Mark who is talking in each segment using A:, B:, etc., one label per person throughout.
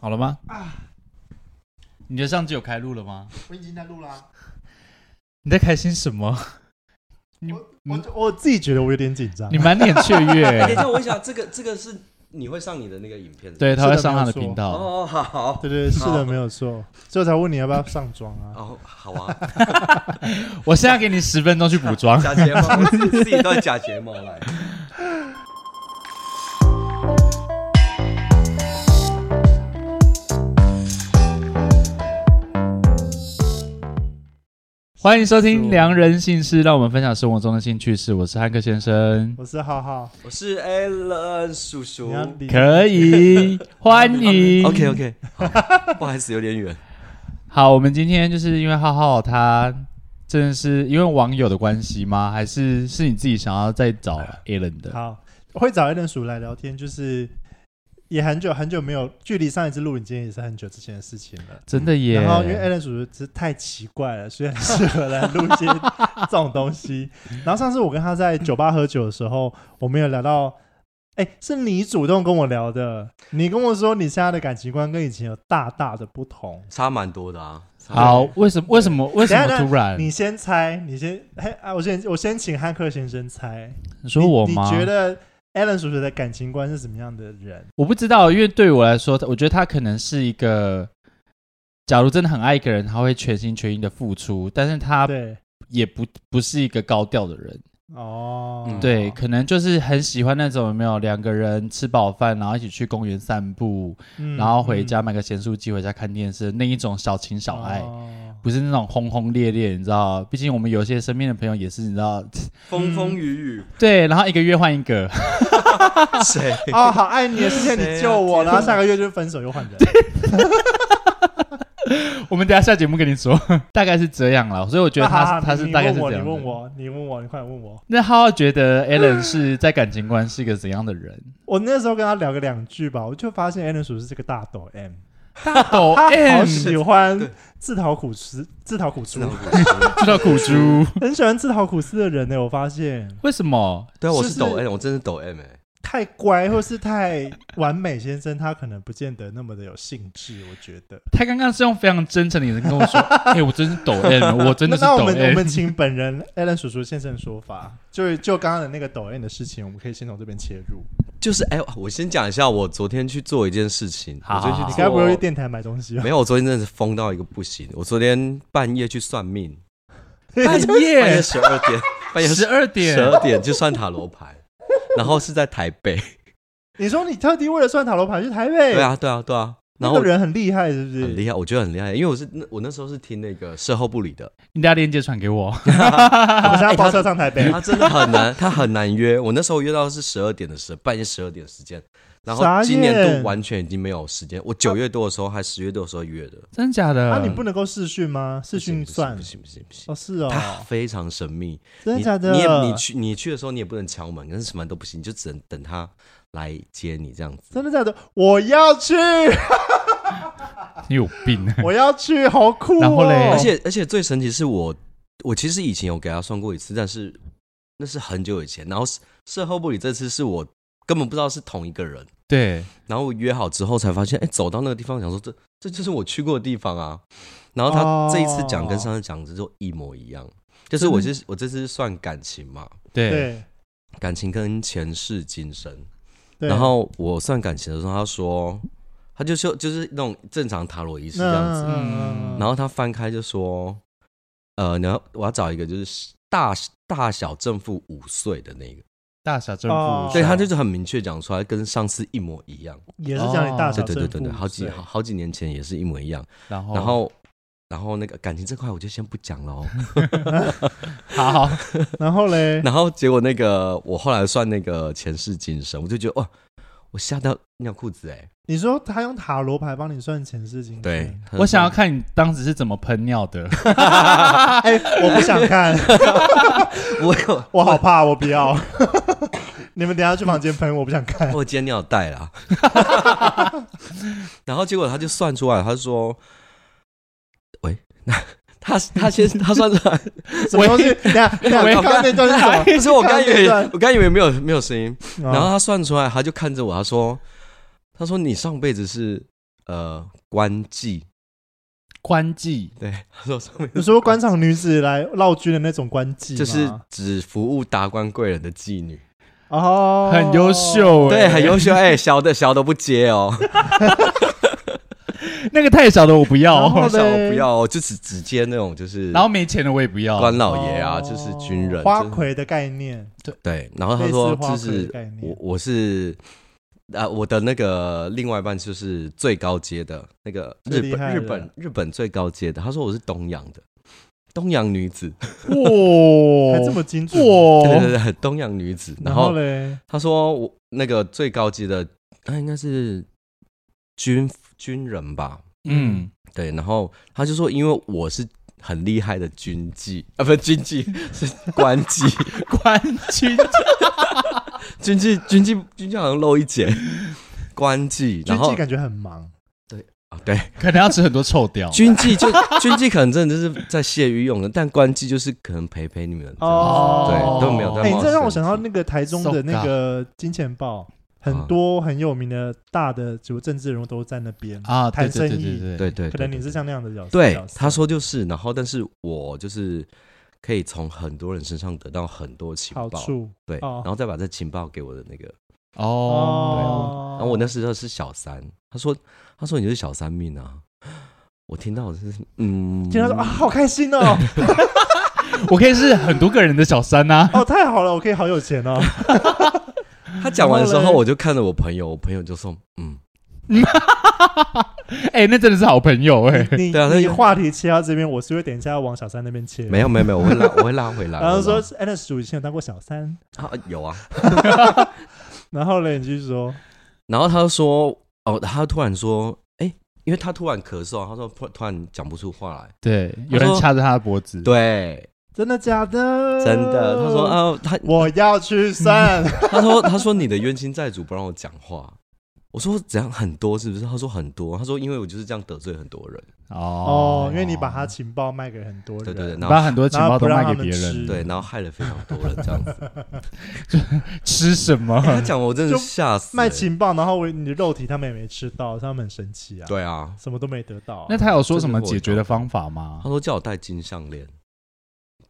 A: 好了吗？
B: 啊
A: 你觉得上集有开录了吗？
B: 我已经在录啊啦、
A: 你在开心什么？你嗯
B: 我我自己觉得我有点紧张
A: 你满脸雀
C: 哎等一
A: 跃，
C: 下，我想这个这个是你会上你的那个影片是吧？
A: 对，他会上他的
B: 是的没有错
A: 频道。
C: 哦，好好
B: 对对，对是的，
C: 好
B: 没有错。所以我才问你要不要上妆
A: 嗯
B: 啊？
C: 哦，好啊，
A: 我现在给你十分钟去补 妆。
C: 假睫毛，我自己自己都假睫毛来。
A: 欢迎收听《良人姓氏》，让我们分享生活中的兴趣事。我是汉克先 生，
B: 我是浩浩，
C: 我是 Alan 叔叔
B: 你。要理
A: 可 以欢迎。
C: OK OK，不好意思，有点远。
A: 好，我们今天就是因为浩浩他真的是因为网友的关系吗？还是是你自己想要再找 Alan 的？
B: 好，我会找 a l 鼠来聊天，就是也很久很久没有，距离上一次录影今天也是很久之前的事情了。
A: 真的耶！
B: 然后因为 a l 鼠实太奇怪了，所以很适合来录一些这种 东西。然后上次我跟他在酒吧喝酒的时候，我们有聊到。哎，是你主动跟我聊的。你跟我说你现在的感情观跟以前有大大的不同。
C: 差蛮多的啊。差蛮
A: 好，为什么？为什么？为什
B: 等一
A: 么
B: 下
A: 突然？
B: 你先猜，你先，嘿啊，我先我先请汉克先生猜，
A: 你说我
B: 你
A: 吗？
B: 你觉得 Alan 叔叔的感情观是什么样的人？
A: 我不知道，因为对我来说，我觉得他可能是一个，假如真的很爱一个人，他会全心全意的付出，但是他
B: 对，
A: 也不不是一个高调的人，
B: 哦，
C: 嗯
A: 对，可能就是很喜欢那种有没有两个人吃饱饭，然后一起去公园散步，
B: 嗯
A: 然后回家买个咸酥鸡回家看电视那一种小情小爱。
B: 哦
A: 不是那种轰轰烈烈，你知道？毕竟我们有些身边的朋友也是，你知道，
C: 风风雨雨，
A: 对。然后一个月换一个，
C: 谁？
B: 哦，好爱你，谢谢你救我，
C: 谁啊
B: 然后下个月就分手又换人，
A: 我们等一下下节目跟你说， 大概是这样了。所以我 觉得他、
B: 哈哈
A: 他是
B: 你
A: 大概是
B: 你
A: 这
B: 问我，
A: 样
B: 你
A: 的
B: 问我，你问我，你快点问我。
A: 那浩浩觉得 Alan 是在感情观是一个怎样的人？
B: 我那时候跟他聊个两句吧，我就发现 Alan 叔叔是个大抖 M，
A: 抖
B: 他 好
A: 哦 M
B: 喜欢
C: 对
B: 自讨苦吃，自讨苦吃
C: 真的，不行
A: 知道苦猪，
B: 很喜欢自讨苦吃的人呢、我发现。
A: 为什么？
C: 对啊，我
B: 就是是
C: 抖 M，我真是抖 M 哎。
B: 太乖或是太完美先生，他可能不见得那么的有兴致，我觉得。
A: 他刚刚是用非常真诚的眼神跟我 说：“哎、我真是抖 M，我真的是
B: 那那我
A: 抖欸
B: 们我
A: M。
B: 们请本人 Alan 叔叔先生说法，就就刚刚的那个抖 M 的事情，我们可以先从这边切入。
C: 就是哎，我先讲一下，我昨天去做一件事情，
A: 好
C: 我 就去
A: 好
B: 你
C: 做
B: 该不会去电台买东西吧
C: 没？有，我昨天真的是疯到一个不行。我昨天半夜去算命，”
A: 半
C: 半夜
A: 夜
C: 十二点，半夜
A: 十二点
C: 十，二点就算塔罗牌， 然后是在台北。
B: 你说你特地为了算塔罗牌去台北？
C: 对，啊，对啊，对啊。
B: 那
C: 然后
B: 个
C: 我
B: 人很厉害，是不
C: 很
B: 是？
C: 厉害，我觉得很厉害，因为我是那我那时候是听那个售后部里的，
A: 你等下链接传给我。
B: 我们现在
C: 哎他
B: 包车上台北，啊
C: 他真的很难， 他很难约。我那时候约到的是十二点的时，半夜十二点的时间。然
B: 傻
C: 后
B: 眼
C: 今年度完全已经没有时间，我九月多的时候还十月多的时候约的，
A: 真的假的？
B: 啊那你不能够视讯吗？视讯算
C: 呃不行不行不行
B: 哦，是
C: 不行，他
B: 哦，
C: 非常神秘，
B: 真的
C: 你
B: 假的？
C: 你也你去你去的时候，你也不能敲门，跟什么都不行，你就只能等他来接你这样子。
B: 真的假的？我要去，
A: 你有病！
B: 我要去，好酷哦！
A: 然后嘞
C: 而且而且最神奇是我，我其实以前有给他算过一次，但是那是很久以前。然后事事后部里这次是我根本不知道是同一个人，
A: 对，
C: 然后我约好之后才发现，哎，走到那个地方，想说这这就是我去过的地方啊。然后他
B: 哦
C: 这一次讲跟上次讲的就一模一样，就是我是我这次算感情嘛，
A: 对，
B: 对
C: 感情跟前世今生。
B: 对，
C: 然后我算感情的时候，他说，他就说就是那种正常塔罗仪式这样子。
A: 嗯
C: 然后他翻开就说，呃，你要我要找一个就是大大小正负五岁的那个，
A: 大小政府
B: 哦，
C: 对他就是很明确讲出来，跟上次一模一样。
B: 也是讲你大小
C: 对
B: 正负
C: 哦对
B: 哦
C: 对对对，好几
B: 对
C: 好好几年前也是一模一样。
A: 然后
C: 然后然后那个感情这块我就先不讲了哦。
A: 好，
B: 然后嘞，
C: 然后结果那个我后来算那个前世今生，我就觉得哇，哦我吓到尿裤子哎。
B: 你说他用塔罗牌帮你算前世今生，
C: 对，， 他就
A: 我想要
C: 说
A: 看你当时是怎么喷尿 的。
B: 哎，我不想看，
C: 我有
B: 我好怕，我不要。 你们等一下去房间喷，我不想 看。
C: 我今天尿带啦。然后结果他就算出来，他说：“喂，那他他先他算出来，
B: 什么东西？等一下等一 下，
A: 喂
B: 刚刚那段是什么？
C: 不是我刚以
B: 刚刚那
C: 为
B: 段
C: 我刚以为没有没有声音，然后
B: 哦
C: 他算出来，他就看着我，他说他说你上辈子是呃官妓，
A: 官妓
C: 对，他说上面
B: 你说官场女子来闹剧的那种官妓吗，
C: 就是只服务达官贵人的妓女，
B: 哦，
A: 很优。秀、欸，
C: 对，很优秀，哎、小的小的不接哦，
A: 那个太小的我不要
B: 然，后
C: 小
B: 嘞
C: 的不要哦，就只只接那种就是
A: 然后没钱的我也不要。
C: 官老爷啊，就是军人，
B: 哦花
C: 就是
B: 魁的概念，
C: 对，然后他
B: 类似花
C: 说就
B: 魁的
C: 是
B: 概念
C: 我我是啊、我的那个另外一半就是最高阶的那个
B: 最
C: 日
B: 厉害的
C: 本日本日本最高阶的，他说我是东洋的东洋女子，
A: 哇，
B: 还这么精准。
C: 对对
A: 哇，
C: 对，东洋女子。
B: 哦然
C: 然
B: 后
C: 后
B: 嘞，
C: 他说我那个最高阶的，他应该是军军人吧？
A: 嗯，
C: 对，然后他就说因为我是。很厉害的军妓啊，不是军妓，是官妓。
A: 官军
C: 军妓，军妓，军妓好像漏一节，官妓。
B: 军
C: 然后
B: 妓感觉很忙，
C: 啊，对，
A: 可能要吃很多臭屌。
C: 军妓就 军妓可能真的就是在泄欲用的，但官妓就是可能陪陪你们这样
B: 哦
C: 对，都没有在冒
B: 哎、
C: 险。
B: 你这让我想到那个台中的
A: So
B: 那个金钱豹，很多很有名的大的什么政治人物都在那边。
A: 啊，对
B: 谈
A: 对对
B: 生
A: 对
B: 意
A: 对
C: 对对，
B: 可
C: 对
B: 能你是像那样的角色。
C: 对
B: 角，色
C: 他说就是，然后但是我就是可以从很多人身上得到很多情
B: 好
C: 报，
B: 处
C: 对，
B: 哦
C: 然后再把这情报给我的那个，
A: 哦，
C: 然后我那时候是小三，他说他说你就是小三命啊，我听到我真是嗯，
B: 听他说啊，好开心 哦，
A: 我可以是很多个人的小三啊 呐。
B: 哦，太好了，我可以好有 钱哦。
C: 他讲完的时
B: 然后
C: 候，
B: 嘞
C: 我就看着我朋友，我朋友就说嗯，
A: 哎，那真的是好朋友哎。
B: 你
C: 对啊那
B: 你
C: 有
B: 话题切到这边，我是会等一下要往小三那边切。
C: 没有没有没有，我会拉我 会拉回来。
B: 然后
C: 我会
B: 说 a
C: 拉
B: n 以前有当过小三，
C: 啊有啊，
B: 然后嘞，你继续说，
C: 然后他就说，哦，他突然说，哎，因为他突然咳嗽，他说突突然讲不出话来，
A: 对，有人掐着他的脖子。
C: 对，
B: 真的假的？
C: 真的，他说，啊，他
B: 我要去 算。
C: 他说他说你的冤亲债主不让我讲话，我说怎样很多是不是？他说很多，他说因为我就是这样得罪很多人，
A: 哦
B: 哦，因为你把他情报卖给很多人，
C: 对对对，然
A: 把
C: 后
A: 很多情报都卖给别
B: 然后不让他们
A: 人
B: 吃，
C: 对，然后害了非常多人这样子，
A: 吃什么？
C: 他讲我真的
B: 就是
C: 吓死、
B: 卖
C: 欸，
B: 情报，然后我你的肉体他们也没吃到，他们很生气啊，，
C: 对啊，
B: 什么都没得到啊。
A: 那他有说什么解决的方法吗
C: 他？说叫我戴金项链，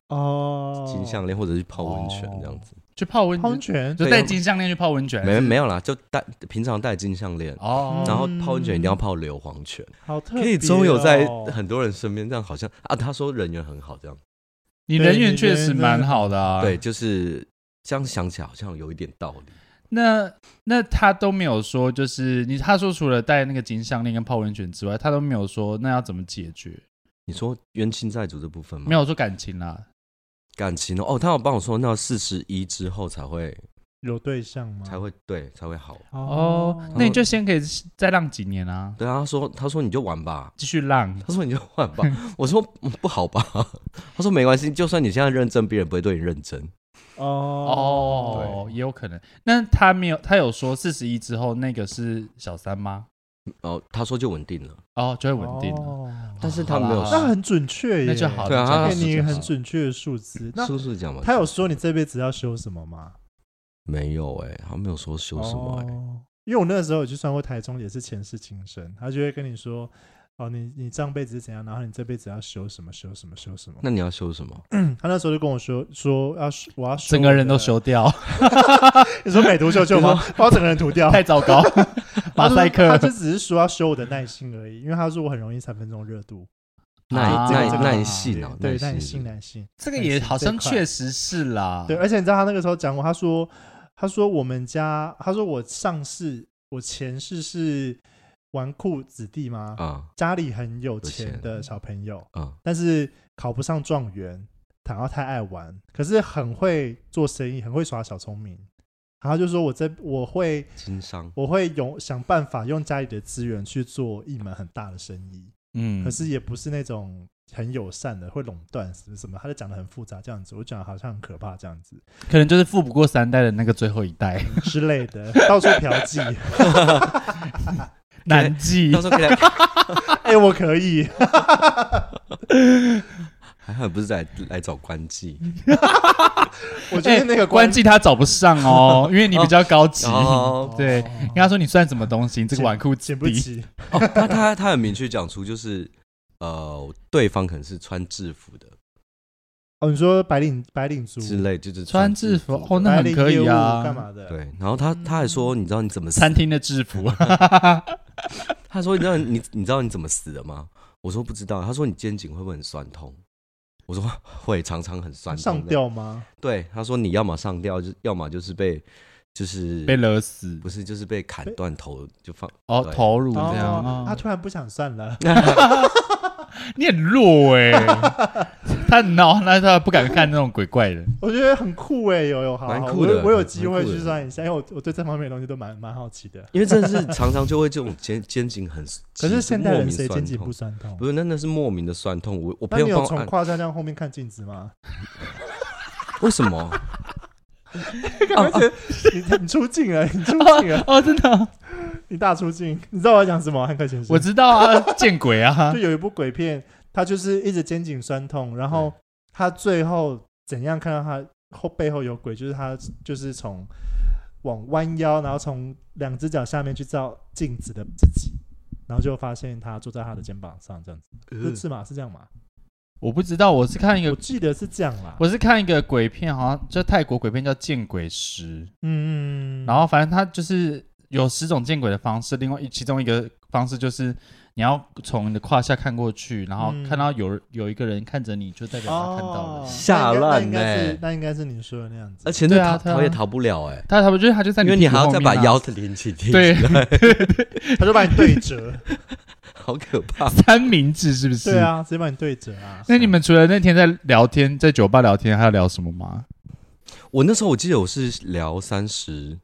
B: 哦，
C: 金项链或者去泡温泉这样子，
A: 去泡温
B: 泡温泉
C: 哦
A: 就戴金项链去泡温泉，
C: 没没有啦，就戴平常戴金项链，
A: 哦，
C: 然后泡温泉一定要泡硫磺泉。
B: 好特别哦，哦
C: 可以周游在很多人身边，这样好像啊，他说人缘很好，这样、
A: 你人缘确实蛮好的啊。
C: 对，，就是这样想起来好像有一点道理。
A: 那那他都没有说，就是你他说除了戴那个金项链跟泡温泉之外，他都没有说那要怎么解决，
C: 你说冤亲债主这部分吗？
A: 没有说感情啦。
C: 感情哦，哦他有帮我说，那四十一之后才会
B: 有对象吗？
C: 才会对才会好。
A: 哦，那你
B: 你
A: 就先可以再浪几年啊，
C: 对啊，他说他说你就玩吧，
A: 继续浪。
C: 他说你就玩吧，我说嗯不好吧， 他说没关系，就算你现在认真，别人不会对你认真。
B: 哦
A: 哦，也有可能。那他没有，他有说四十一之后那个是小三吗？
C: 哦，他说就稳定了，
A: 哦，就会稳定了。
B: 了
C: 但是他没有
A: 好啦
B: 哦那很准确耶，
A: 那就好了，
C: 对啊
A: 交
B: 给
A: 给
B: 你
A: 时间
B: 很准确的数字。那
C: 叔叔讲嘛，
B: 他有说你这辈子要修什么吗？
C: 没有哎、他没有说修什么哎、
B: 哦因为我那个时候有去算过台中，也是前世今生，他就会跟你说，哦，你你上辈子是怎样，然后你这辈子要修什么修什么修什么。
C: 那你要修什么？
B: 他那时候就跟我说说要修我要修
A: 整个人
B: 我
A: 都
B: 的
A: 修掉，
B: 你说美图秀秀吗？把我整个人涂掉。
A: 太糟糕。马赛 克
B: 他就，只是说要修我的耐心而已，因为他说我很容易三分钟热度。
C: 耐
A: 啊
C: 耐
A: 这个
C: 耐性啊，
B: 对耐
C: 耐性
B: 性耐心。
A: 这个也好像确实是啦。
B: 对，而且你知道他那个时候讲过，他说他说我们家，他说我上世我前世是纨绔子弟吗？
C: 啊
B: 家里很有
C: 有
B: 钱
C: 钱
B: 的小朋友，
C: 啊
B: 但是考不上状元，然后太爱玩，可是很会做生意，很会耍小聪明。然后就说我这我会
C: 经商
B: 我会用想办法用家里的资源去做一门很大的生意，
A: 嗯
B: 可是也不是那种很友善的，会垄断什么什么，他就讲的很复杂这样子，我讲得好像很可怕这样子
A: 可能就是富不过三代的那个最后一代，
B: 之类的， 到处嫖妓。
A: 难记
C: 到。时候可以来，
B: 哎、我可以，
C: 还好不是来来找官妓，
B: 我觉得那个
A: 哎关
B: 键
A: 机他找不上 哦，因为你比较高级。
C: 哦，
A: 对，跟他说你算什么东西？你这个纨绔子
B: 请不
A: 弟，
B: 起，
C: 哦，他他他很明确讲出，就是呃，对方可能是穿制服的
B: 哦，你说白领白领族
C: 之类，就是
A: 穿制
C: 制
A: 服
C: 的
A: 哦那
B: 白
A: 很
B: 领
A: 可以
B: 业务
A: 啊
B: 干嘛的？
C: 对，然后他他还说，你知道你怎么死？
A: 餐厅的制服，
C: 他说，你知道你你知道你怎么死的吗？我说不知道。他说你肩颈会不会很酸痛？我说会，常常很酸痛。
B: 上。吊吗？
C: 对，他说你要么上吊，就要么就是被就是
A: 被勒死
C: 不是就是被砍断头就放。
A: 哦，
C: 对
A: 头颅这样。
B: 哦，他
A: 哦
B: 突然不想算了，
A: 你很弱哎，他很闹，那他不敢看那种鬼怪 的。
B: 我觉得很酷哎，有有好，
C: 蛮
B: 好
C: 酷的
B: 我我有
C: 蛮
B: 机会
C: 酷的
B: 去算一下，因为我我对这方面的东西都蛮蛮好奇的。
C: 因为真的是常常就会这种肩肩颈 很，
B: 可是现代
C: 莫
B: 人
C: 名
B: 谁
C: 酸
B: 肩颈
C: 痛
B: 不酸痛
C: 不？是，那那是莫名的酸痛。我
B: 那
C: 我朋友
B: 你有
C: 帮啊我
B: 从
C: 按，
B: 胯下这样后面看镜子吗？
C: 为什么？
B: 而且你你出镜了，你出镜了，
A: 哦，真的哦，
B: 你大出镜。你知道我要讲什么吗？汉克先生，
A: 我知道啊，见鬼啊
B: 就！有一部鬼片，他就是一直肩颈酸痛，然后他最后怎样看到他后背后有鬼，就是他就是从往弯腰，然后从两只脚下面去照镜子的自己，然后就发现他坐在他的肩膀上这样子，
C: 呃
B: 是是吗？是这样吗？
A: 我不知道，我是看一
B: 我
A: 个，
B: 嗯记得是这样啦。
A: 我是看一个鬼片，好像就泰国鬼片叫《见鬼十》，
B: 嗯，
A: 然后反正他就是有十种见鬼的方式，另外一其中一个方式就是你要从你的胯下看过去，然后
B: 嗯
A: 看到有人有一个人看着你，就代表他看到了。
B: 哦
C: 吓烂
B: 那应该
C: 欸
B: 是那应该是你说的那样子，
C: 而且
A: 对
C: 那
A: 啊
C: 逃
A: 对啊
C: 逃也逃不了哎，
A: 他他不就是他就在
C: 因
A: 你
C: 为你
A: 屁股
C: 还要再
A: 后面
C: 把
A: 啊
C: 腰子连起来，
A: 对
B: 他就把你对折，
C: 好可怕。
A: 三明治是不是？
B: 对。啊，直接把你对折啊。
A: 那你们除了那天在聊天，在酒吧聊天，还要聊什么吗？
C: 我那时候我记得我是聊三十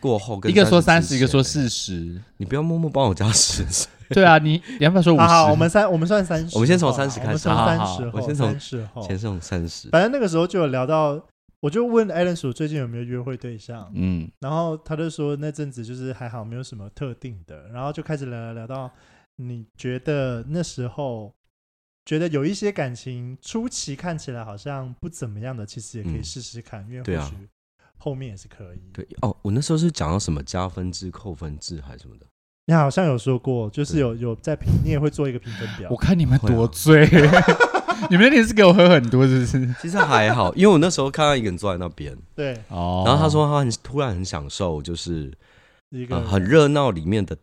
C: 过后跟
A: 一个说
C: 30
A: 三
C: 之
A: 十，一个说
C: 前欸，
A: 四十。
C: 你不要默默帮我加十岁，
A: 对啊，你你要不要说五十？
B: 好好，我们三我们算三十，
C: 我们先从30开始
B: 我
A: 好
B: 们
A: 好
B: 从
A: 好
B: 三十后，
C: 我先从
B: 三十
A: 哦
B: 后，
C: 前是用三十，
B: 反正那个时候就有聊到，我就问 Alan 叔最近有没有约会对象，
A: 嗯，
B: 然后他就说那阵子就是还好，没有什么特定的，然后就开始聊聊聊到你觉得那时候觉得有一些感情初期看起来好像不怎么样的，其实也可以
C: 嗯
B: 试试看，因
C: 对
B: 为
C: 啊
B: 或许后面也是可以。
C: 对哦，我那时候是讲到什么加分制、扣分制还是什么的，
B: 你好像有说过，就是有有在评，你也会做一个评分表
A: 我。看你们多醉，
C: 啊
A: 你们那天是给我喝很多，是不是？
C: 其实还好，因为我那时候看到一个人坐在那边，
B: 对，
A: 哦
C: 然后他说他很突然很享受，就是
B: 一个
C: 呃很热闹里面的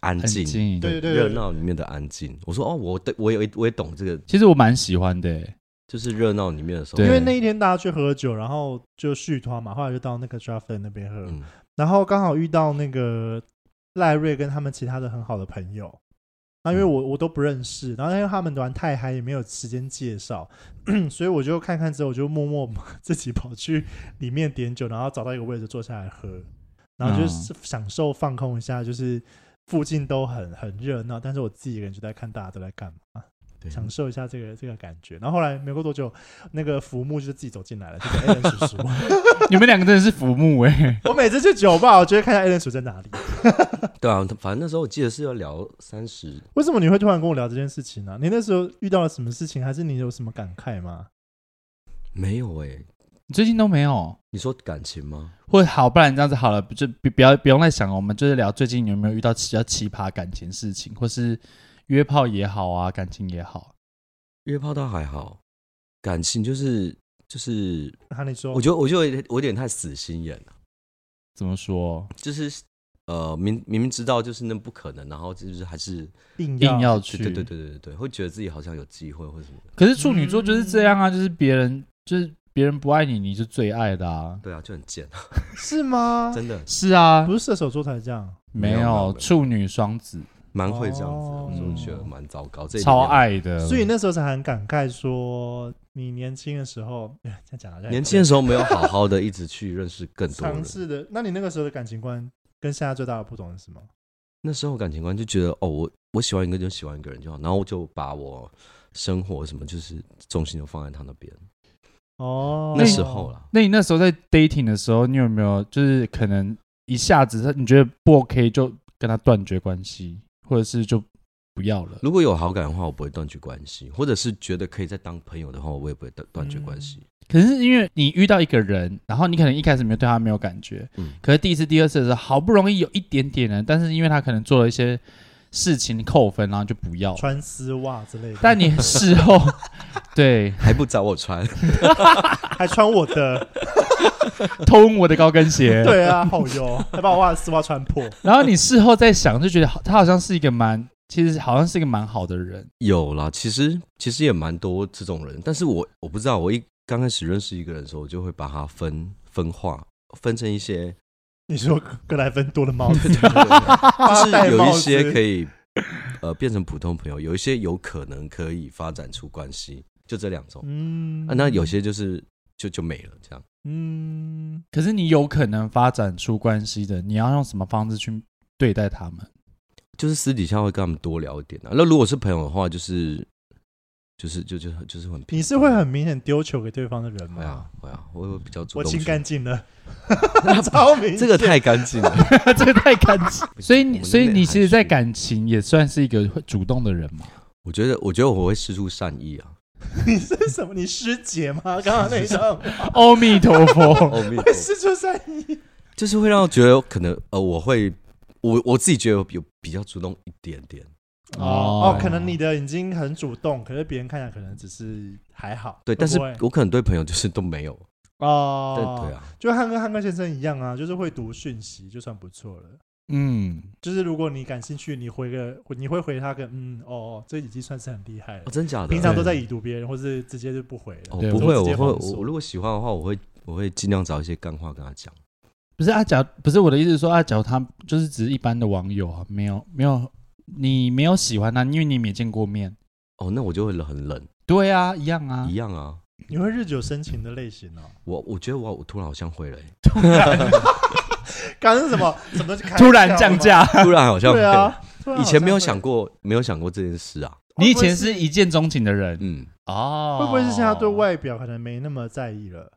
C: 安
A: 嗯很
C: 静，
A: 近，
B: 对对
C: 热
B: 对，
C: 闹里面的安静。我说哦，我对我也我也懂这个，
A: 其实我蛮喜欢的欸，
C: 就是热闹里面的时候，
A: 对
B: 因为那一天大家去喝酒，然后就续团嘛，后来就到那个 d r a f t 那边喝，
C: 嗯，
B: 然后刚好遇到那个赖瑞跟他们其他的很好的朋友。那因为我我都不认识，然后因为他们玩太嗨，也没有时间介绍， 所以我就看看之后，我就默默自己跑去里面点酒，然后找到一个位置坐下来喝，然后就是享受放空一下，就是附近都很很热闹，但是我自己一个人就在看大家都在干嘛，
C: 对，
B: 享受一下这个这个感觉。然后后来没过多久，那个福木就是自己走进来了，就是 a l n 叔 叔。
A: 你们两个真的是浮木哎，
B: 我每次去酒吧，我就会看一下 a l n 叔在哪里。
C: 对啊，反正那时候我记得是要聊三十，
B: 为什么你会突然跟我聊这件事情啊呢、你那时候遇到了什么事情，还是你有什么感慨吗？
C: 没有哎、
A: 你 最近都没有。
C: 你说感情吗？
A: 或好，不然这样子好了，就不不要不用再想了，我们就是聊最近有没有遇到比较奇葩感情事情，或是约炮也好啊，感情也好。
C: 约炮倒还好，感情就是就是，
B: 啊，你说，
C: 我觉得我觉得我有点我有点太死心眼了，
A: 怎么说？
C: 就是呃明明明知道就是那不可能，然后就是还是
B: 硬要
A: 硬要
C: 对
A: 去？
C: 对对对对对对，会觉得自己好像有机会或什么的，
A: 可是处女座就是这样啊，就是别人就是别人不爱你，你是最爱的啊。
C: 对啊，就很贱，
B: 是吗？
C: 真的
A: 是啊
B: 不，是射手座才这样，
A: 没
C: 没有没
A: 有
C: 有
A: 处女双子
C: 蛮会这样子的，
B: 哦
C: 我就觉得蛮糟糕，这一点
A: 超爱
C: 呃
A: 的，
B: 所以那时候才很感慨说，你年轻的时候， 这样讲好像
C: 年轻的时候没有好好的一直去认识更多
B: 尝
C: 人，
B: 试的。那你那个时候的感情观跟现在最大的不同是什么？
C: 那时候感情观就觉得哦，我我喜欢一个就喜欢一个人就好，然后我就把我生活什么就是重心就放在他那边。
B: 哦，
C: 那时候啦，
A: 那你那时候在 dating 的时候，你有没有就是可能一下子他你觉得不 OK 就跟他断绝关系，或者是就不要了？
C: 如果有好感的话，我不会断绝关系，或者是觉得可以再当朋友的话，我也不会断断绝关系。
B: 嗯
A: 可是因为你遇到一个人，然后你可能一开始没有对他没有感觉，
C: 嗯
A: 可是第一次、第二次的时候，好不容易有一点点了，但是因为他可能做了一些事情扣分，然后就不要。
B: 穿丝袜之类的，
A: 但你事 后对
C: 还不找我穿，
B: 还穿我的，
A: 偷我的高跟鞋，
B: 对啊，好油，还把我袜子丝袜穿破。
A: 然后你事后再想，就觉得好他好像是一个蛮，其实好像是一个蛮好的人。
C: 有啦，其实其实也蛮多这种人，但是我我不知道，我一刚开始认识一个人的时候，我就会把他分分化，分成一些，
B: 你说格莱芬多的帽 子，
C: 就是
B: 戴
C: 有
B: 帽
C: 一
B: 子
C: 些可以呃变成普通朋友，有一些有可能可以发展出关系，就这两种、
B: 嗯
C: 啊。那有些就是就就没了，这样
B: 嗯，
A: 可是你有可能发展出关系的，你要用什么方式去对待他 们？
C: 就是私底下会跟他们多聊一点啊。那如果是朋友的话，就是就是就就就是很平
B: 你是会
C: 淡
B: 很明显丢球给对方的人
C: 会
B: 吗？
C: 啊会啊，我会比较主
B: 我
C: 动
B: 清
C: 去。
B: 干净了， 超明显
C: 这个太干净了，
A: 这个太干 净。 所以你，
C: 我们
A: 所以你其实，在
C: 内涵
A: 感情也算是一个会主动的 人嘛。
C: 我觉得，我觉得我会施出善 意啊。
B: 你是什么？你师姐 吗？刚刚那一
C: 哦
B: 张
A: 阿弥陀佛，
C: 哦，没有
B: 会四出三一，
C: 就是会让我觉得可能呃，我会我我自己觉得有比较主动一点点，
B: 哦
A: 哦
B: 哦，可能你的已经很主动，可是别人看起来可能只是还好，
C: 对，但是
B: 会不会
C: 我可能对朋友就是都没有，
B: 哦
C: 但，对啊，
B: 就汉哥汉哥先生一样啊，就是会读讯息就算不错了。
A: 嗯，
B: 就是如果你感兴趣，你回个你会回他个嗯哦哦，这已经算是很厉害了
C: 哦，。真假的？
B: 平常都在已读别人，或是直接就不回了。
C: 哦，
A: 对
C: 不
A: 我
B: 都
C: 会，
B: 直
C: 我
B: 接
C: 会
B: 封锁
C: 我我如果喜欢的话，我会我会尽量找一些干话跟他讲。
A: 不是阿角，假如不是我的意思是说阿角，假如他就是只是一般的网友啊，没有没有，你没有喜欢他，因为你没见过面。
C: 哦，那我就会很冷，
A: 对啊，一样啊
C: 一，样啊。
B: 你会日久生情的类型哦。
C: 我我觉得我我突然好像会了欸、
B: 刚刚是什 么？什么东西开玩笑
A: 突
B: 吗
A: 然降？ 价。
C: 突然好像会
B: 对
C: 了。
B: 啊，突然
C: 以
B: 好
C: 前没有
B: 像
C: 想过，没有想过这件事啊。
B: 会
A: 你以前是一见钟情的人
C: 嗯，
A: 哦，
B: 会不会是现在对外表可能没那么在意了？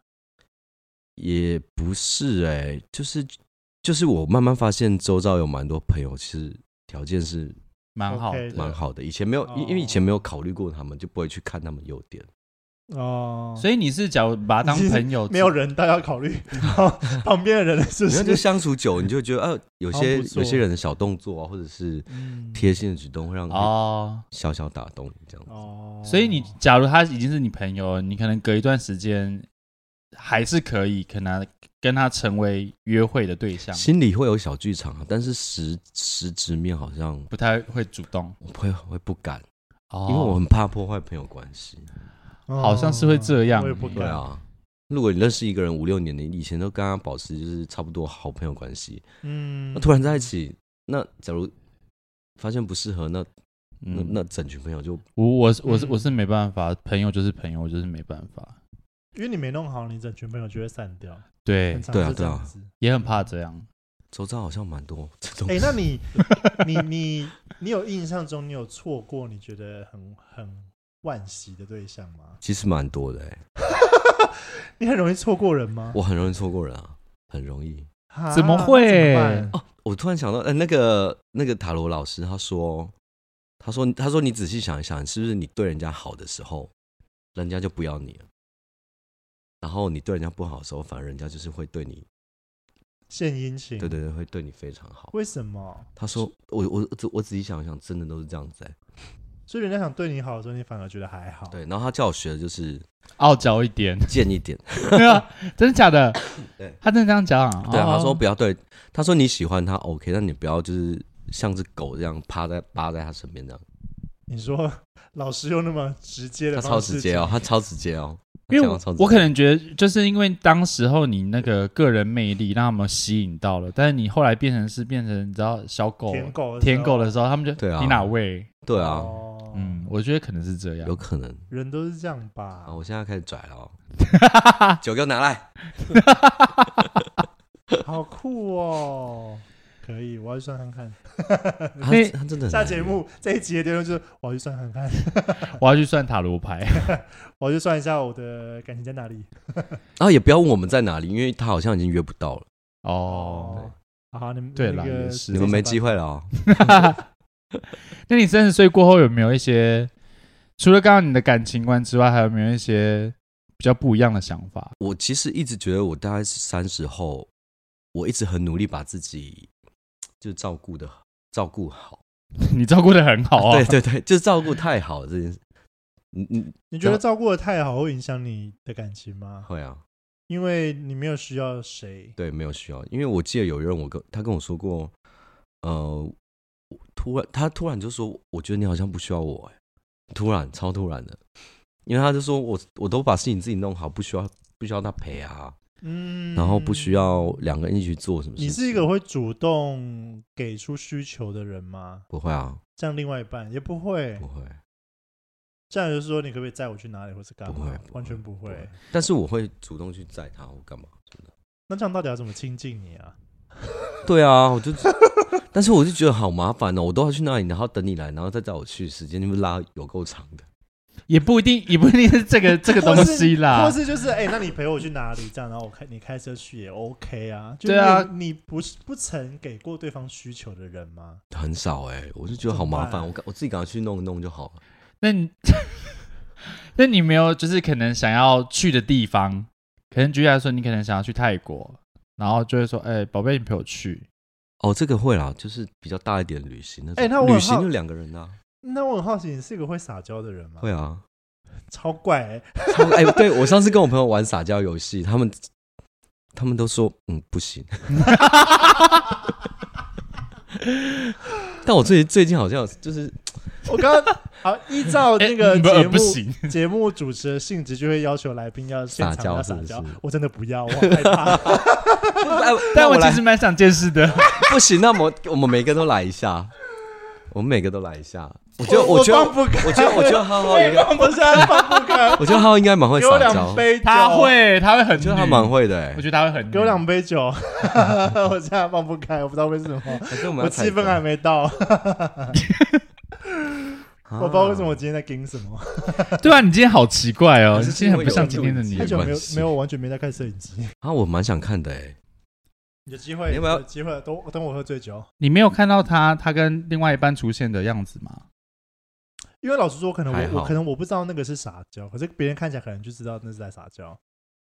C: 也不是哎、就是就是我慢慢发现，周遭有蛮多朋友其实条件是
A: 蛮好
B: OK
A: 的？
B: 对
C: 蛮好的，以前没有，因因为以前没有考虑过他们，就不会去看他们优点。
B: 哦，
A: 所以你是假如把他当朋友，
B: 没有人，大家要 考虑旁边的人 是不？
C: 然后就是相处久，你就觉得，呃，有
B: 好像
C: 些
B: 不错
C: 有些人的小动作啊，或者是
B: 嗯
C: 贴心的举动，会让你
A: 哦。
C: 小小打动你这样。
B: 哦，
A: 所以你假如他已经是你朋友了，你可能隔一段时间还是可以可能跟他成为约会的对象，
C: 心里会有小剧场啊，但是实实质面好像
A: 不太会主动，
C: 我会会不敢，
A: 哦
C: 因为我很怕破坏朋友关系。
B: 嗯
A: 好像是会这样
B: 哦我也不
C: 对
B: 敢。
C: 啊，如果你认识一个人五六年，你以前都跟他保持就是差不多好朋友关系，
B: 嗯
C: 那突然在一起，那假如发现不适合，那那
A: 嗯，
C: 那整群朋友就
A: 我我是我是
B: 嗯
A: 我是没办法，朋友就是朋友，我就是没办法，
B: 因为你没弄好，你整群朋友就会散掉。
A: 对
B: 很，常
C: 对啊
B: 是这
C: 对啊
B: 样子。
A: 也很怕这样。
C: 周遭好像蛮多这种。
B: 哎，那你你你你有印象中你有错过你觉得很很惋惜的对象吗？
C: 其实蛮多的哎、
B: 你很容易错过人吗？
C: 我很容易错过人啊，很容易。
B: 啊
A: 怎么会
B: 那怎么办
C: 我突然想到，呃，那个那个塔罗老师他说，他说他说你仔细想一想，是不是你对人家好的时候，人家就不要你了，然后你对人家不好的时候，反而人家就是会对你，
B: 献殷
A: 嗯
B: 勤？
C: 对对对，会对你非常好。
B: 为什么？
C: 他说，我我我我仔细想一想，真的都是这样子哎、
B: 所以人家想对你好的时候，你反而觉得还好。，
C: 对，然后他叫我学的就是
A: 傲娇一点，
C: 贱一点。
A: 真的假的？
C: 对
A: 他真的这样讲啊？
C: 对啊，
A: 哦
C: 他说不要对，他说你喜欢他 OK，但你不要就是像只狗这样趴在扒在他身边这样。
B: 你说 老师用那么直接的
C: 他超
B: 方式
C: 直接哦，他超直接哦。
A: 因为
C: 他讲
A: 我
C: 话超直接
A: 我可能觉得，就是因为当时候你那个个人魅力让他们吸引到了，但是你后来变成是变成你知道小
B: 讲
A: 狗
B: 舔狗
A: 舔狗的
B: 时
A: 时候，他们就
C: 对啊
A: 你哪位？
C: 对
B: 候
C: 啊，
B: 哦
A: 嗯，我觉得可能是这样
C: 有。可能
B: 人都是这样吧
C: 啊。。我现在开始拽 了哦，酒给我拿来。
B: 好酷哦！可以，我要去算看看。
C: 他
A: 那
C: 他真的很
B: 下
C: 难
B: 节目这一集的结论就是，我要去算看看，
A: 我要去算塔罗牌，
B: 我要去算一下我的感情在哪里。
C: 然后啊也不要问我们在哪里，因为他好像已经约不到了，
A: 哦。，
B: 好，你们
A: 对
B: 那
A: 啦
B: 个
A: 也是
C: 你们没机。会了哦。
A: 那你三十岁过后有没有一些，除了刚刚你的感情观之外，还有没有一些比较不一样的想法？
C: 我其实一直觉得我大概是三十后，我一直很努力把自己就照顾的照顾好，
A: 你照顾的很好啊
C: 对。对对，就是照顾太好这件事，嗯嗯，
B: 你觉得照顾的太好会影响你的感情吗？
C: 会啊，
B: 因为你没有需要谁，
C: 对，没有需要，因为我记得有人我跟他跟我说过，呃，我突然他突然就说，我觉得你好像不需要我、欸，突然超突然的，因为他就说我我都把事情自己弄好，不需要不需要他陪啊，
B: 嗯，
C: 然后不需。要两个人一起去做什么事情。
B: 你是一个会主动给出需求的人吗？
C: 不会啊，
B: 这样另外一半也不会
C: 不，会，
B: 这样就是说你可不可以载我去哪里，或是干
C: 不会
B: 嘛
C: 不？会
B: 完全不会。
C: 会但是我会主动去载他或干嘛什么的。
B: 那这样到底要怎么亲近你啊？
C: 对 啊，我就，但是我就觉得好麻烦哦，我都要去那里，然后等你来，然后再载我去，时间就拉有够长的。
A: 也不一定，也不一定是这个这个东西啦
B: 或。是就是哎、那你陪我去哪里？这样，然后我开你开车去也 OK 啊。就
A: 对啊
B: 你你不是不曾给过对方需求的人吗？
C: 很少哎、我就觉得好麻
B: 怎么
C: 烦，
B: 办
C: 我赶我自己赶快去弄一弄就好了。
A: 那你 那你没有就是可能想要去的地方，可能举例来说，你可能想要去泰国，然后就会说，哎、宝贝，你陪我去。
C: 哦，这个会啦，就是比较大一点的旅行那种。
B: 哎那我很
C: 旅行
B: 好
C: 就两个人啊，
B: 那我很好奇，你是一个会撒娇的人吗？
C: 会 啊。
B: 超怪、欸，
C: 超哎、对我上次跟我朋友玩撒娇游戏，他们他们都说嗯 不行，但我最最近好像就是
B: 我刚刚好依照那个
A: 哎不
B: 节
A: 不
B: 目
A: 行，
B: 节目主持的性质，就会要求来宾要现
C: 撒
B: 场
C: 娇
B: 要
C: 是
B: 撒
C: 不
B: 娇
C: 是。
B: 我真的不要，我好害怕。
C: 哎
A: 但
C: 那
A: 我
C: 来
A: 其实蛮想见识的。
C: 不行，那么我们每个都来一下，我们每个都来一下。我觉得，
B: 我
C: 我觉得，
B: 放不开，
C: 我觉得，我觉得浩浩应该，
B: 我现在放不开。
C: 我觉得浩浩应该蛮会
B: 给我
C: 撒娇
B: 两，杯酒，
A: 他会，他会很
C: 我
A: 女，
C: 觉得他蛮会的哎
A: 我。觉得他会很女。
B: 给我 两杯酒， 我现在放不开，我不知道为什么，
C: 反正我们
B: 我
C: 要采
B: 气氛还没
C: 啊
B: 到，
C: 访，
B: 我不知道为什么我今天在盯什么，
A: 对啊，你今天好奇怪哦，
C: 还是
A: 你今天很不像今天的
C: 因
A: 你
B: 太
C: 为。
B: 久没有
C: 关系
B: 没有完全没在看摄影机，
C: 啊，我蛮想看的哎。
B: 有机会
C: 你要不要
B: 有机会，等我等我喝醉酒，
A: 你没有看到他，他跟另外一半出现的样子吗？
B: 因为老实说，可能
C: 还
B: 我
C: 好
B: 我可能我不知道那个是撒娇，可是别人看起来可能就知道那是在撒娇，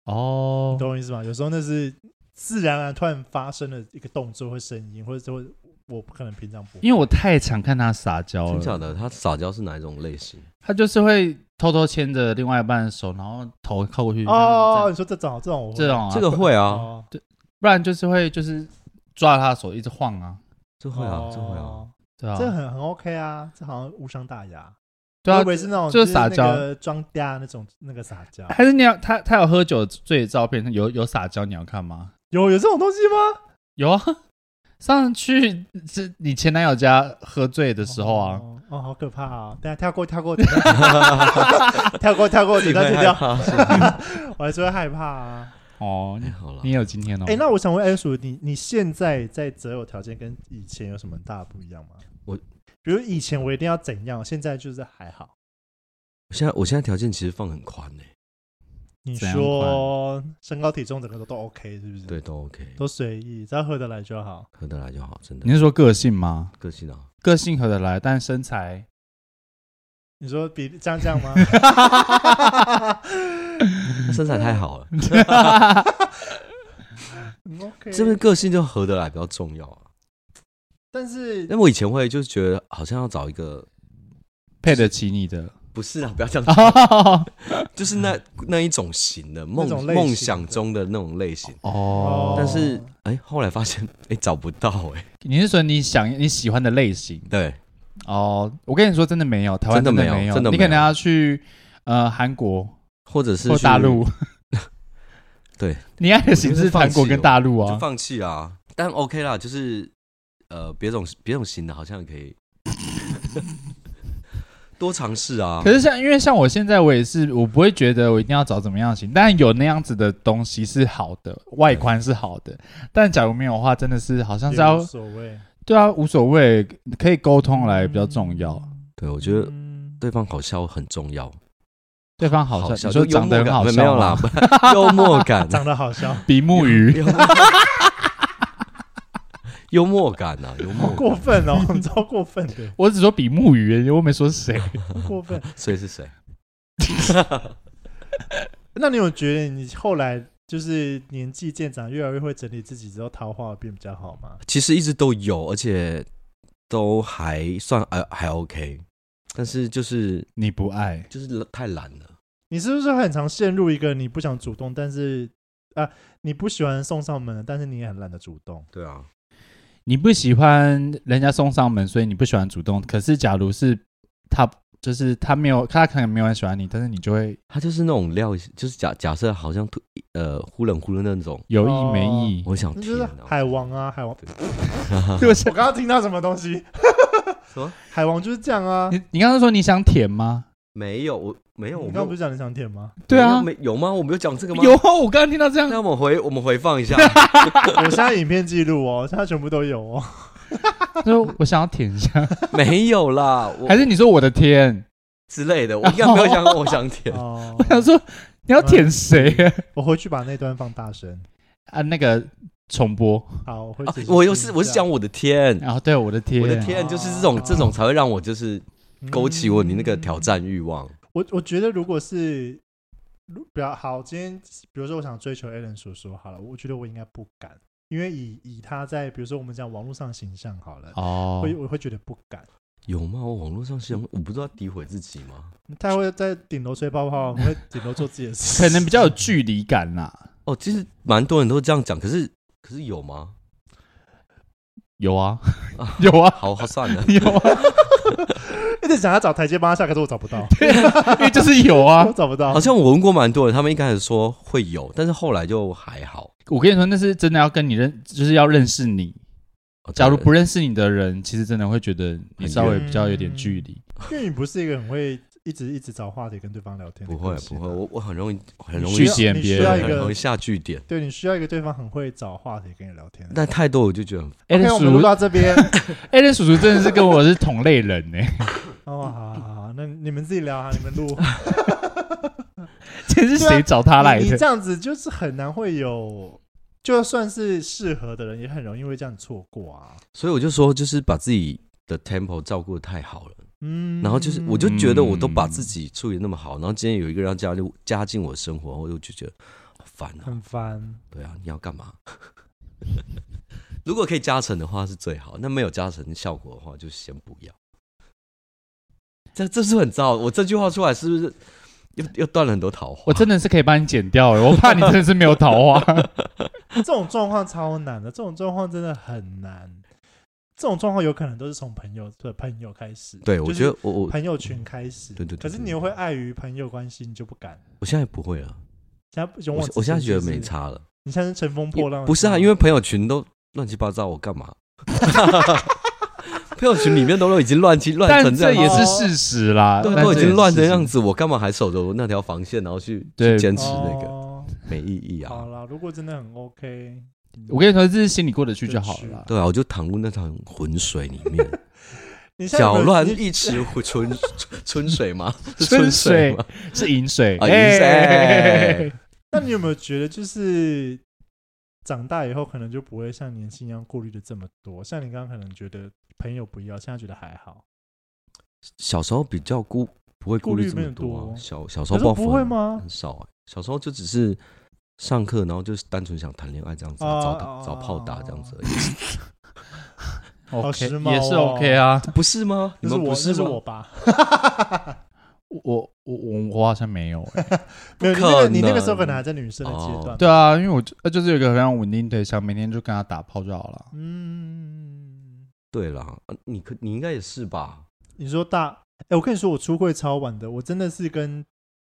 A: 哦
B: 你，懂我意思吗？有时候那是自然而然突然发生的一个动作或声音，或者说我不可能平常不会。
A: 因为我太常看他撒娇
C: 真假
A: 了，
C: 的？他撒娇是哪一种类型？
A: 他就是会偷偷牵着另外一半的手，然后头靠过去。
B: 哦，，你说这种这种我会
A: 这种啊
C: 这个会啊，
B: 哦，
A: 不然就是会就是抓着他的手一直晃啊，
C: 这会啊，这会啊。
B: 哦，
A: 对啊，
B: 这很很 OK 啊，这好像无伤大雅。
A: 对
B: 会
A: 啊
B: 不，会是那种
A: 就是
B: 是
A: 撒娇
B: 那个装嗲那种那个撒娇？
A: 还是你要他他有喝酒醉的照片，有有撒娇，你要看吗？
B: 有有这种东西吗？
A: 有啊，上去是你前男友家喝醉的时候啊，
B: 哦，哦好可怕啊！等下跳过跳过，等下跳过跳过，
C: 自己
B: 剪
C: 会
B: 掉剪掉，
C: 害怕是吧？
B: 我还是会害怕啊。
A: 哦，你
C: 哎 好了
A: 你，也有今天哦。
B: 哎、那我想问艾叔，你你现在在择偶条件跟以前有什么大不一样吗？
C: 我
B: 比如以前我一定要怎样，现在就是还好。
C: 我现在我现在条件其实放很宽呢，
B: 你
A: 怎样
B: 说身高体重整个都都 OK 是不是？，
C: 对，都 OK，
B: 都随意，只要合得来就好。
C: 合得来就好，真
A: 你
C: 的。
A: 是说个性吗？
C: 个性啊，
A: 个性合得来，但身 材
B: 你说比这样这样吗？
C: 身材太好了，
B: 嗯 OK，
C: 这边个性就合得来比较重要啊。
B: 但是
C: 但我以前会就是觉得好像要找一个，
A: 配得起你 的。
C: 不是啊，不要 这样，
A: 哦
C: 就是那那一种型的梦
B: 那种类型的
C: 梦想中的那种类型。
B: 哦
C: 但是哎，后来发现哎找不到哎，
A: 你是说你想你喜欢的类型？
C: 对，
A: 哦，我跟你说，真的没有，台湾
C: 真的
A: 的
C: 没有
A: 有，
C: 真的
A: 你
C: 没
A: 可
C: 有
A: 能要去呃韩国
C: 或者是
A: 或
C: 去
A: 大陆。
C: 对，
A: 你爱的型是韩国跟大陆
C: 就
A: 啊。
C: 放弃啦。但 OK 啦，就是呃别种别种型的，好像也可以 多尝试啊
A: 可。是像因为像我现在我也是，我不会觉得我一定要找怎么样的型，但有那样子的东西是好的，外观是好的，
C: 嗯
A: 但假如没有的话，真的是好像是
B: 也无
A: 要
B: 所谓，
A: 对啊，无所谓，可以沟通来比较重要。
C: 对，我觉得
B: 嗯
C: 对方好笑很重要。
A: 对方好
C: 好
A: 笑，
C: 笑
A: 你说
C: 就幽
A: 长得很
C: 默感
A: 好
C: 没
A: 笑
C: 没有啦
A: 吗，
C: 幽 默感，
B: 长得好笑，
A: 比目鱼，
C: 幽默幽默感啊，幽默
B: 好过
C: 感。
B: 分 哦，我们超过分的，
A: 我只说比目鱼，我没说谁。
B: 很过分。
C: 所以是谁？
B: 那你有觉得你后来就是年纪渐长，越来越会整理自己之后，桃花有变比较好吗？
C: 其实一直都有，而且都还算呃还 OK，但是就是
A: 你不爱，
C: 就是太懒了。
B: 你是不是很常陷入一个你不想主动，但是啊，你不喜欢送上门，但是你也很懒得主动？
C: 对啊，
A: 你不喜欢人家送上门，所以你不喜欢主动。可是假如是他，就是他没有，他可能没有很喜欢你，但是你就会
C: 他就是那种料，就是假假设好像突呃忽冷忽热那种，
A: 有意没意。
C: 我想
B: 那
C: 天
B: 就是
C: 哪，
B: 海王啊，海王！
C: 哦
A: 对不起
B: 我刚刚听到什么东西？
C: 什么
B: 海王就是这样啊。
A: 你你刚刚说你想舔吗？
C: 没有我没有我
B: 你
C: 没
B: 刚刚
C: 有
B: 不是讲你想舔吗？
A: 对啊，
C: 没有没有吗？我没有讲这个吗？
A: 有，啊，我刚刚听到这样。
C: 那我们回我们回 放一下，
B: 我现在影片记录哦，现在全部都有 哦。
A: 就我想要舔一下，
C: 没有啦，我
A: 还是你说我的天？
C: 之类的，我应该没有想过我想 舔。
B: 哦，嗯
A: 我想说你要舔谁啊？
B: 我回去把那段放大声。
A: 啊那个重播
B: 好，我会
C: 啊
B: 仔细听一下、
C: 我又是我是啊讲我的天，
A: 然后对我的天，啊
C: 我的天，就是这种这种才会让我就是勾起我你那个挑战欲望。
B: 嗯。我我觉得如果是如比较好，今天比如说我想追求 Alan 叔叔好了，我觉得我应该不敢，因为以以他在比如说我们讲网络上形象好了，
A: 哦
B: 会我会觉得不敢。
C: 有吗？我网络上是有，我不知道诋毁自己吗？
B: 他会在顶楼吹泡泡，我们会顶楼做自己的事，
A: 可能比较 有距离感啦。
C: 哦，其实蛮多人都这样讲，可是可是有吗？
A: 有啊，有啊，，
C: 好，好算了
A: 有啊，
B: 一直想要找台阶帮他下，可是我找不到，
A: 因为就是有啊
B: 我。找不到。
C: 好像我问过蛮多人，他们一开始说会有，但是后来就还好。
A: 我跟你说，那是真的要跟你认，就是要认识你。
C: 哦
A: 假如不认识你的人，其实真的会觉得你稍微比较有点距离。
B: 因为你不是一个很会一直一直找话题跟对方聊天的
C: 不会
B: 个性
C: 不
B: 啊
C: 会，我我很容易很容
B: 你
C: 易
A: 去
B: 需要
A: 点
B: 你
A: 别
B: 需要
A: 人
B: 一
C: 很容
B: 个
C: 易下据点，
B: 对你需要一个对方很会找话题跟你聊天的人。
C: 但太多我就觉得很
A: 艾伦
B: 哎 OK，我们
A: 叔
B: 录
A: 叔，
B: 到 这边，
A: 艾伦叔叔真的是跟我是同类人呢。
B: 哦，好好好，那你们自己聊啊，你们录。
A: 这是谁找他来
B: 你你
A: 的？
B: 这样子就是很难会有，就算是适合的人，也很容易会这样错过啊。
C: 所以我就说，就是把自己的 tempo 照顾的太好了，
B: 嗯，
C: 然后就是我就觉得我都把自己处理得那么好，然后今天有一个人要加入加进我的生活，我就觉得好烦啊。
B: 很烦。
C: 对啊，你要干嘛？ 如果可以加成的话是最好，那没有加成效果的话就先不要。这这是很糟，我这句话出来是不是又又断了很多桃花？
A: 我真的是可以帮你剪掉哎，我怕你真的是没有桃 花。
B: 这种状况超难的，这种状况真的很难。这种状况有可能都是从朋友的朋友开始，
C: 对
B: 就
C: 我
B: 是
C: 觉得我我
B: 朋友圈开始，
C: 对对对
B: 可是
C: 对
B: 你又会碍于朋友关系，你就不敢。
C: 我现在不会了，
B: 现在勇
C: 我
B: 往
C: 现我现在
B: 直
C: 觉
B: 前
C: 得
B: 是不是
C: 没，差了。
B: 你现在是乘风破浪的。
C: 不是啊，因为朋友群都乱七八糟，我干嘛？ 朋友群里面都已经乱七乱
A: 但
C: 成
A: 这
C: 这
A: 也
C: 样，
A: 是事实啦，
C: 对，
A: 但
C: 都已
A: 这也
C: 经
A: 是
C: 乱成
A: 事实
C: 样子，我干嘛还守着我那条防线，然后去
A: 对
C: 去坚持那个？
B: 哦
C: 没意义啊
B: 好。啦，如果真的很 OK，
A: 我跟你说，这是心里过得去就好了啦。
C: 对啊，我就躺入那趟浑水里面，
B: 你 现在有没
C: 搅
B: 有
C: 乱
B: 你
C: 一池湖 春春春水吗？是
A: 春
C: 水
A: 水
C: 吗？
A: 是饮水，哎
C: 啊饮水
B: 那你有没有觉得，就是长大以后可能就不会像年轻一样顾虑的这么多？像你刚刚可能觉得朋友不要，现在觉得还好，
C: 小时候比较顾不会顾
B: 顾虑
C: 虑这
B: 没
C: 么
B: 有
C: 多
B: 多
C: 啊，小小时
B: 可
C: 候
B: 是
C: 报
B: 不
C: 复
B: 会
C: 很
B: 吗？
C: 很少啊，小时候就只是上课，然后就是单纯想谈恋爱这样子啊，
B: 哦
C: 找
B: 哦
C: 打找炮打这样
B: 啊
C: 子而已。
B: 好
A: OK，
B: 时髦
A: 也是
B: 哦
A: OK 啊。
C: 不 是吗？你
B: 那是
C: 们
B: 我，那
C: 不是
B: 是
C: 吗
B: 我吧？
A: 我我我我好像没有欸
B: 没有，你那个
C: 可
B: 你那个时候
C: 能
B: 可能还在女生的阶
C: 哦
B: 段。
A: 对啊，因为我就呃就是有一个非常稳定对象，每天就跟他打炮就好了。
B: 嗯，
C: 对啦，呃你可你应该也是吧？
B: 你说大，哎、我跟你说，我出柜超晚的，我真的是跟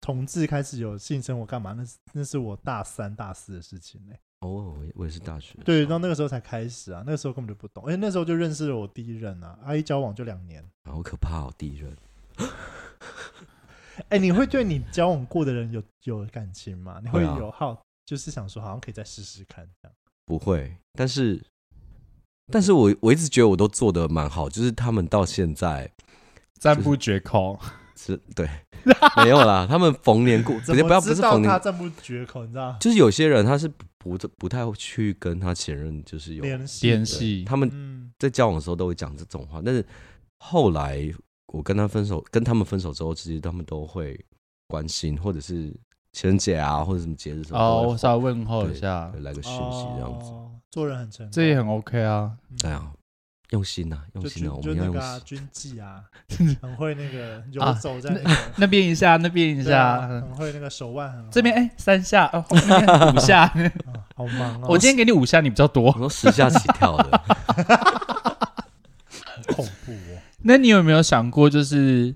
B: 同志开始有性生活干嘛？那是那是我大三大四的事情呢、
C: 哦，我也我也是大学的时候。
B: 对，到那个时候才开始啊，那个时候根本就不懂，而且那时候就认识了我第一任啊，阿姨交往就两年。
C: 好可怕哦，第一任。
B: 哎、你会对你交往过的人有有感情吗？你会
C: 会啊
B: 有好，就是想说好像可以再试试看这样。
C: 不会，但是，但是我我一直觉得我都做的蛮好，就是他们到现在
A: 赞不绝口，
C: 是对， 没有啦，他们逢年过，
B: 怎
C: 不是不
B: 么
C: 要不
B: 知
C: 是
B: 道
C: 逢
B: 他
C: 年，
B: 赞不绝口？你知道
C: 就是有些人他是不不太会去跟他前任就是有
B: 联系
A: 联
B: 的
A: 系
C: 他们
B: 嗯，
C: 在交往的时候都会讲这种话，但是后来我跟他分手，跟他们分手之后，其实他们都会关心，或者是情人节啊，或者什么节日什么
A: 哦，
C: 都
A: 我
C: 会
A: 稍微问候一下
B: 哦
C: 会，来个讯息这样子。
B: 哦做人很成功，
A: 这也很 OK 啊。
B: 嗯
C: 对啊，用心呐、用
B: 就
C: 心呐、
B: 军
C: 我
B: 就
C: 们要
B: 那
C: 用
B: 个
C: 心。啊
B: 啊军纪 啊，很会那个游走在那个，
A: 那边一下，那边一
B: 对啊
A: 下，
B: 很会那个手腕很好，
A: 这边哎三下，哦那边五 下，
B: 啊好忙哦，
A: 我今天给你五下，你比较多
C: 我。说十下起跳的，
B: 好恐怖哦，
A: 那你有没有想过，就是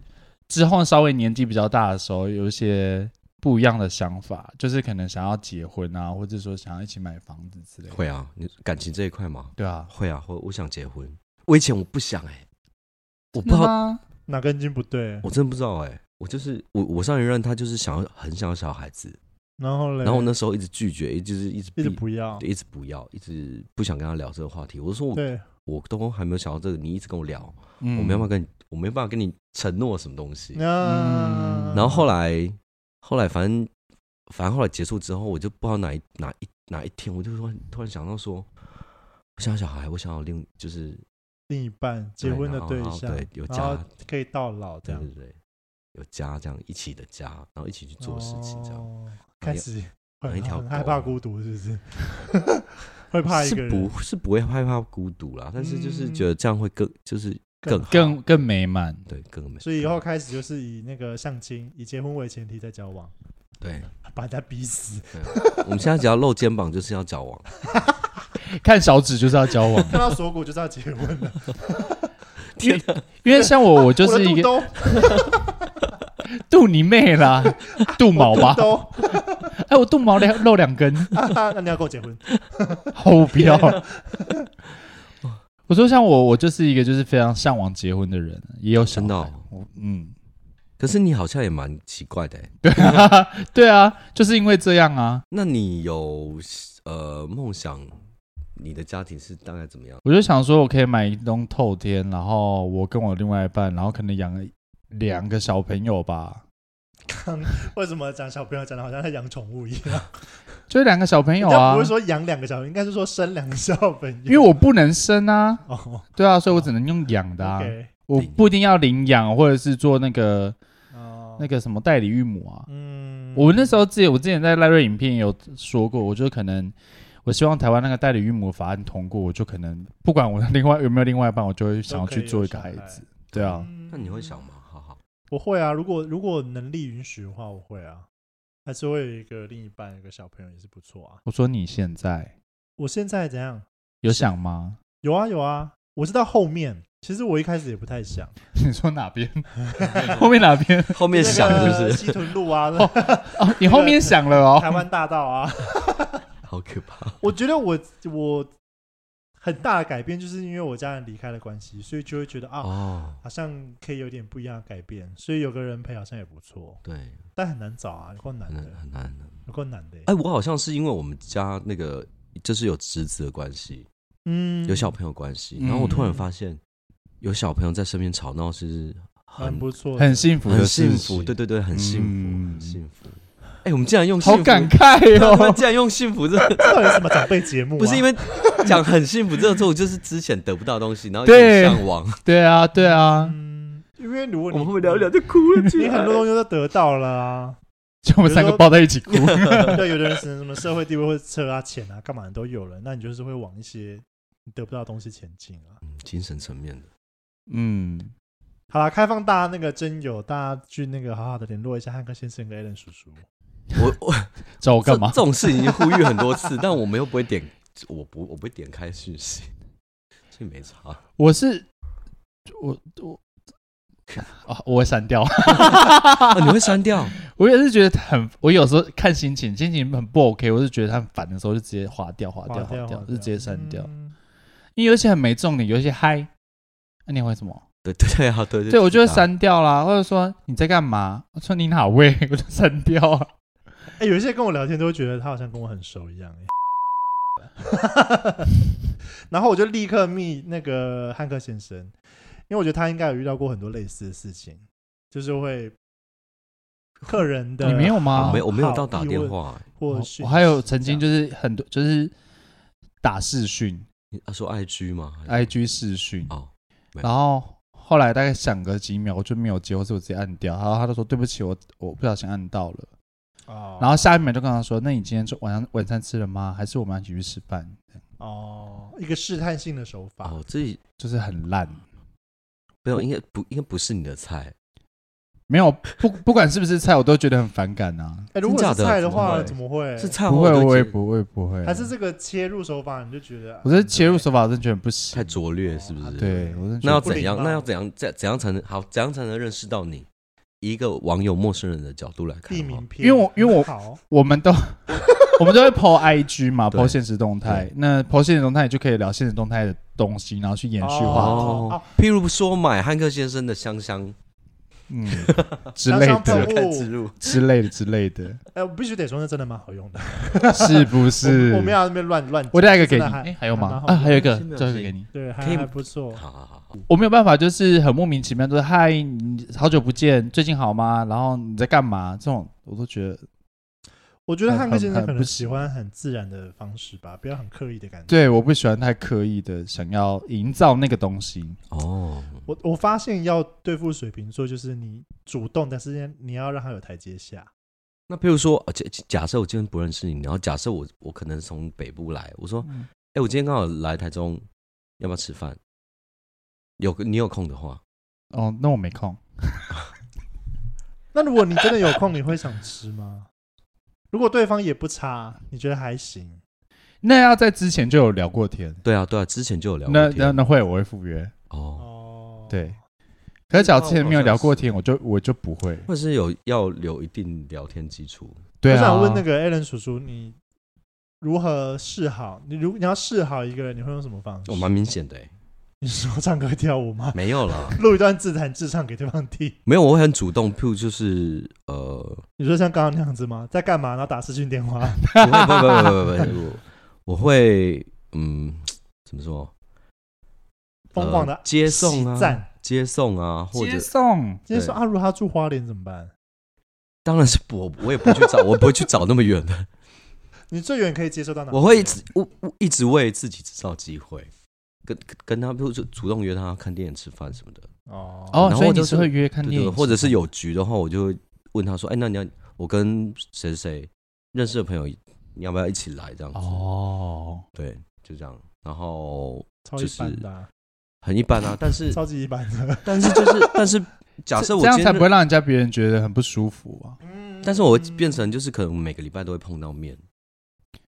A: 之后稍微年纪比较大的时候，有一些不一样的想法，就是可能想要结婚啊，或者说想要一起买房子之类的。
C: 会啊，你感情这一块嘛，
A: 对啊，
C: 会啊，会。我想结婚，我以前我不想哎、我不知
A: 那
C: 道，
A: 吗？
B: 哪根筋不对？
C: 我真的不知道哎、我就是我，我上一任他就是想要很想要小孩子，
B: 然后嘞，
C: 然后我那时候一直拒绝，一直一直
B: 一直
C: 避
B: 不要，
C: 对一直不要，一直不想跟他聊这个话题。我说我
B: 对，
C: 我都还没有想到这个，你一直跟我聊，
A: 嗯
C: 我没办法跟你，我没办法跟你承诺什么东西。
B: 那
A: 嗯
C: 然后后来，后来反正反正后来结束之后，我就不知道哪一哪一哪一天，我就突然突然想到说，我想要小孩，我想要另就是
B: 另一半结婚的
C: 对然后哦
B: 象，
C: 对有
B: 然后
C: 家，
B: 可以到老这
C: 对
B: 样
A: 嗯
C: 对，对，有家这样一起的家，然后一起去做事情这样。
B: 哦开始
C: 养一
B: 很
C: 条
B: 很
A: 啊
B: 害
C: 狗
B: 怕孤独，是不是？ 会怕一个
C: 是
B: 人，
C: 不是不会害怕孤独啦，但是就是
B: 嗯
C: 觉得这样会更就是更好
A: 更更美满。
C: 对更美。
B: 所以以后
C: 更
B: 开始就是以那个相亲，以结婚为前提再交往，
C: 对，
B: 把人家 逼死，，
C: 我们现在只要露肩膀就是要交往，
A: 看小指就是要交 往
B: 看到锁骨就知道结婚了。
A: 因为像我，我就
B: 我的
A: 是
B: 肚
A: 一个
B: 兜
A: 杜你妹 啦，杜毛 吧
B: 肚。兜，
A: 哎，我杜毛两露两根，
B: 那你要跟我结婚？
A: 好不 要。
C: 啊
A: 我说像我，我就是一个就是非常向往结婚的人，也有小
C: 真的
A: 孩。
C: 哦。
A: 我嗯，
C: 可是你好像也蛮奇怪的欸，
A: 对啊， 对啊，就是因为这样啊，
C: 那你有呃梦想，你的家庭是大概怎么样？
A: 我就想说，我可以买一栋透天，然后我跟我另外一半，然后可能养个两个小朋友吧，
B: 为什么讲小朋友讲的好像在养宠物一样？
A: 就两个小朋友
B: 人家
A: 啊
B: 不会，说养两个小朋友，应该是说生两个小朋友。
A: 因为我不能生啊，
B: 哦
A: 对啊，所以我只能用养的啊，
B: ，OK，
A: 我不一定要领养，或者是做那个
B: 哦，
A: 那个什么代理育母啊。
B: 嗯，
A: 我那时候自己，我之前在赖瑞影片也有说过，我就可能我希望台湾那个代理育母法案通过，我就可能不管我另外有没有另外一半，我就会想要去做一个孩
B: 都可以有小
A: 子，对啊，
B: 嗯
C: 那你会想吗？好好，
B: 我会啊，如果如果能力允许的话，我会啊，还是会有一个另一半，有一个小朋友也是不错啊。
A: 我说你现在
B: 我现在怎样？
A: 有想吗？
B: 有啊有啊，我是到后面，其实我一开始也不太想，
A: 你说哪 边？后面哪边？
C: 后面想是不是？
B: 西屯路 啊，
A: 哦哦，你后面想了
B: 台
A: 哦。
B: 湾大道啊，
C: 好可怕！
B: 我觉得我我很大的改变，就是因为我家人离开的关系，所以就会觉得啊。
C: 哦，
B: 好像可以有点不一样的改变，所以有个人陪好像也不错，
C: 对，
B: 但很难找啊，有够难
C: 很难
B: 的，
C: 很难。
B: 有够难的欸、
C: 哎，我好像是因为我们家那个就是有侄子的关系，
B: 嗯，
C: 有小朋友关系，
A: 嗯
C: 然后我突然发现有小朋友在身边吵闹是
B: 蛮
C: 很
B: 不错的，
A: 很幸福的
C: 很
A: 事情，
C: 幸福，对对对，很幸福，
A: 嗯
C: 很幸福。哎，我们竟然用幸
A: 好
C: 福，
A: 感慨
C: 我们
A: 哦。
C: 竟然用幸 福这
B: 这到底是什么长辈节目、啊？
C: 不是因为讲很幸福，这种就是之前得不到的东西，然后一
A: 对
C: 直向往。
A: 对啊，对啊，
B: 嗯，因为如果你
C: 就哭了啊
B: 你很多东西都得到了啊。
A: 就我们三个抱在一起哭。
B: 对，有的人是什么社会地位、或者车啊、钱啊、干嘛的都有了，那你就是会往一些你得不到的东西前进啊。
C: 嗯精神层面的，
A: 嗯，
B: 好啦，开放大家那个真友，大家去那个好好的联络一下汉克先生跟 a l n 叔叔。
C: 我我
A: 找我
C: 这
A: 干嘛
C: 这？种事已经呼吁很多次，但我们又不会点，我不我不会点开讯息，所以没 差。
A: 我是我我啊，我会删掉。
C: 啊，你会删掉？
A: 我也是觉得很，我有时候看心情，心情很不 OK，我是觉得他很烦的时候就直接划掉，划掉，
B: 划掉
A: 划掉
B: 划，
A: 就直接删掉。
B: 嗯
A: 因为有一些很没重点，有一些嗨，那你会什么？
C: 对对对啊，对对
A: 对，我就会。删掉啦，或者说你在干嘛？我说你哪位？ 我就删掉啊。
B: 哎、有一些跟我聊天都会觉得他好像跟我很熟一样、欸。 然后我就立刻密那个汉克先生，因为我觉得他应该有遇到过很多类似的事情，就是会客人的
A: 你没有吗
C: 我
B: 好
C: 哦没有我没有到
B: 啊好
C: 打
B: 意
C: 电
B: 问
C: 话、欸，
B: 或
A: 我
B: 讯
A: 我还有
B: 息
A: 曾经
B: 这
A: 就
B: 样
A: 是很多就是打视讯
C: 你啊说 IG 吗还是
A: ，IG 视讯，
C: 哦，对
A: 然后后来大概想个几秒，我就没有接，或是我直接按掉，然后他就说对不起，我我不小心按到了。
B: 哦
A: 然后下一秒就跟他说：“那你今天就晚上晚餐吃了吗？还是我们要一起去吃饭？”
B: 哦，一个试探性的手法，
C: 哦，这
A: 就是很烂。
C: 没有，应该不应该不是你的菜。
A: 没有不不管是不是菜，我都觉得很反感 啊。
B: 哎，如果
C: 真
B: 是
C: 假的
B: 菜的话，怎
C: 怎
B: 么会？
C: 是菜
A: 不
C: 花
A: 会，
C: 我就
A: 我也
C: 觉得
A: 不会，不会。啊
B: 还是这个切入手法，你就觉得啊
A: 我这切入手法真的觉得不行
C: 太。拙劣，是不是？
A: 对，我真的觉
C: 那要
A: 得
B: 不礼
C: 怎样？
B: 貌
C: 那要怎样？怎怎样才能好？怎样才能认识到你？以一个网友、陌生人的角度来看
B: 地
C: 的话，
B: 名片，
A: 因为我因为我
B: 好
A: 我们都 我们都会 PO IG 嘛
C: 对
A: ，PO 现实动态。那 PO 现实动态就可以聊现实动态的东西，然后去延续话题，
B: 哦
C: 哦，譬如说买汉克先生的香香
A: 嗯之类
B: 香香
A: 的
B: 喷
C: 看植入，
A: 之类的之类的，
B: 哎，我必须得说，那真的蛮好用的。
A: 是不是
B: 我我？们要那边乱乱讲，
A: 我等下一个给你，
B: 真的还
A: 哎，还有
B: 还蛮
A: 吗？
B: 好
A: 啊，还有一个，
C: 没有
A: 最后一个
C: 没有
A: 给你。
B: 对，还
C: 可以
B: 还不错。
C: 好好好好，
A: 我没有办法，就是很莫名其妙，就是嗨，你好久不见，最近好吗？然后你在干嘛？这种我都觉得，
B: 我觉得汉克先生
A: 很
B: 可
A: 很
B: 能
A: 不
B: 喜欢很自然的方式吧，不要很刻意的感觉。
A: 对，我不喜欢太刻意的想要营造那个东西。
C: 哦，
B: 我我发现要对付水瓶座，就是你主动，但是你要让他有台阶下。
C: 那譬如说，呃假假设我今天不认识你，然后假设我我可能从北部来，我说，
A: 嗯
C: 哎、我今天刚好来台中，要不要吃饭？有你有空的话，
A: 哦，那我没空，
B: 那如果你真的有空，你会想吃 吗？如果对方也不差，你觉得还行？
A: 那要在之前就有聊过天，
C: 对啊对啊，之前就有聊
A: 那
C: 过
A: 那
C: 天
A: 那会我会赴约，
C: 哦，
B: 哦，
A: 对。可是假如之前没有聊过天，我就我就不会。
C: 或者是有要有一定聊天基础，
A: 对啊，
B: 我想问那个 Alan 叔叔，你如何示好？你如你要示好一个人，你会用什么方式
C: 我、？蛮明显的、欸，
B: 你是说唱歌跳舞吗？
C: 没有啦，
B: 录一段自弹自唱给对方听？
C: 没有，我会很主动，譬如就是呃，
B: 你说像刚刚那样子吗？在干嘛？然后打视讯电话？
C: 不会不 会不会不会不会，我我会嗯，怎么说？
B: 疯狂的
C: 呃接送
B: 喜
C: 啊，
B: 赞。
C: 接送啊，或者
A: 接送，
B: 今天说
C: 对
B: 啊，如果他住花莲怎么办？
C: 当然是不，我我也不会去找，我不会去找那么远的，
B: 你最远可以接受到哪？
C: 我会一直我我一直为自己制造机会，跟跟跟他，比如说主动约他看电影、吃饭什么的，
B: 哦
A: 哦，
C: 然后
A: 所以你
C: 就是
A: 是会约看
C: 对
A: 电
C: 对，
A: 影，
C: 或者是有局的话，我就会问他说，哎，那你要我跟谁谁认识的朋友，你要不要一起来这样子？
A: 哦，
C: 对，就这样，然后
B: 超一般的啊、
C: 很 一般啊，但是
B: 超级一般的。
C: 但是就是但是假设我
A: 哦 这样
C: 今
A: 才
C: 天
A: 不会让人家别人觉得很不舒服啊。
C: 但是我会变成就是可能每个礼拜都会碰到面，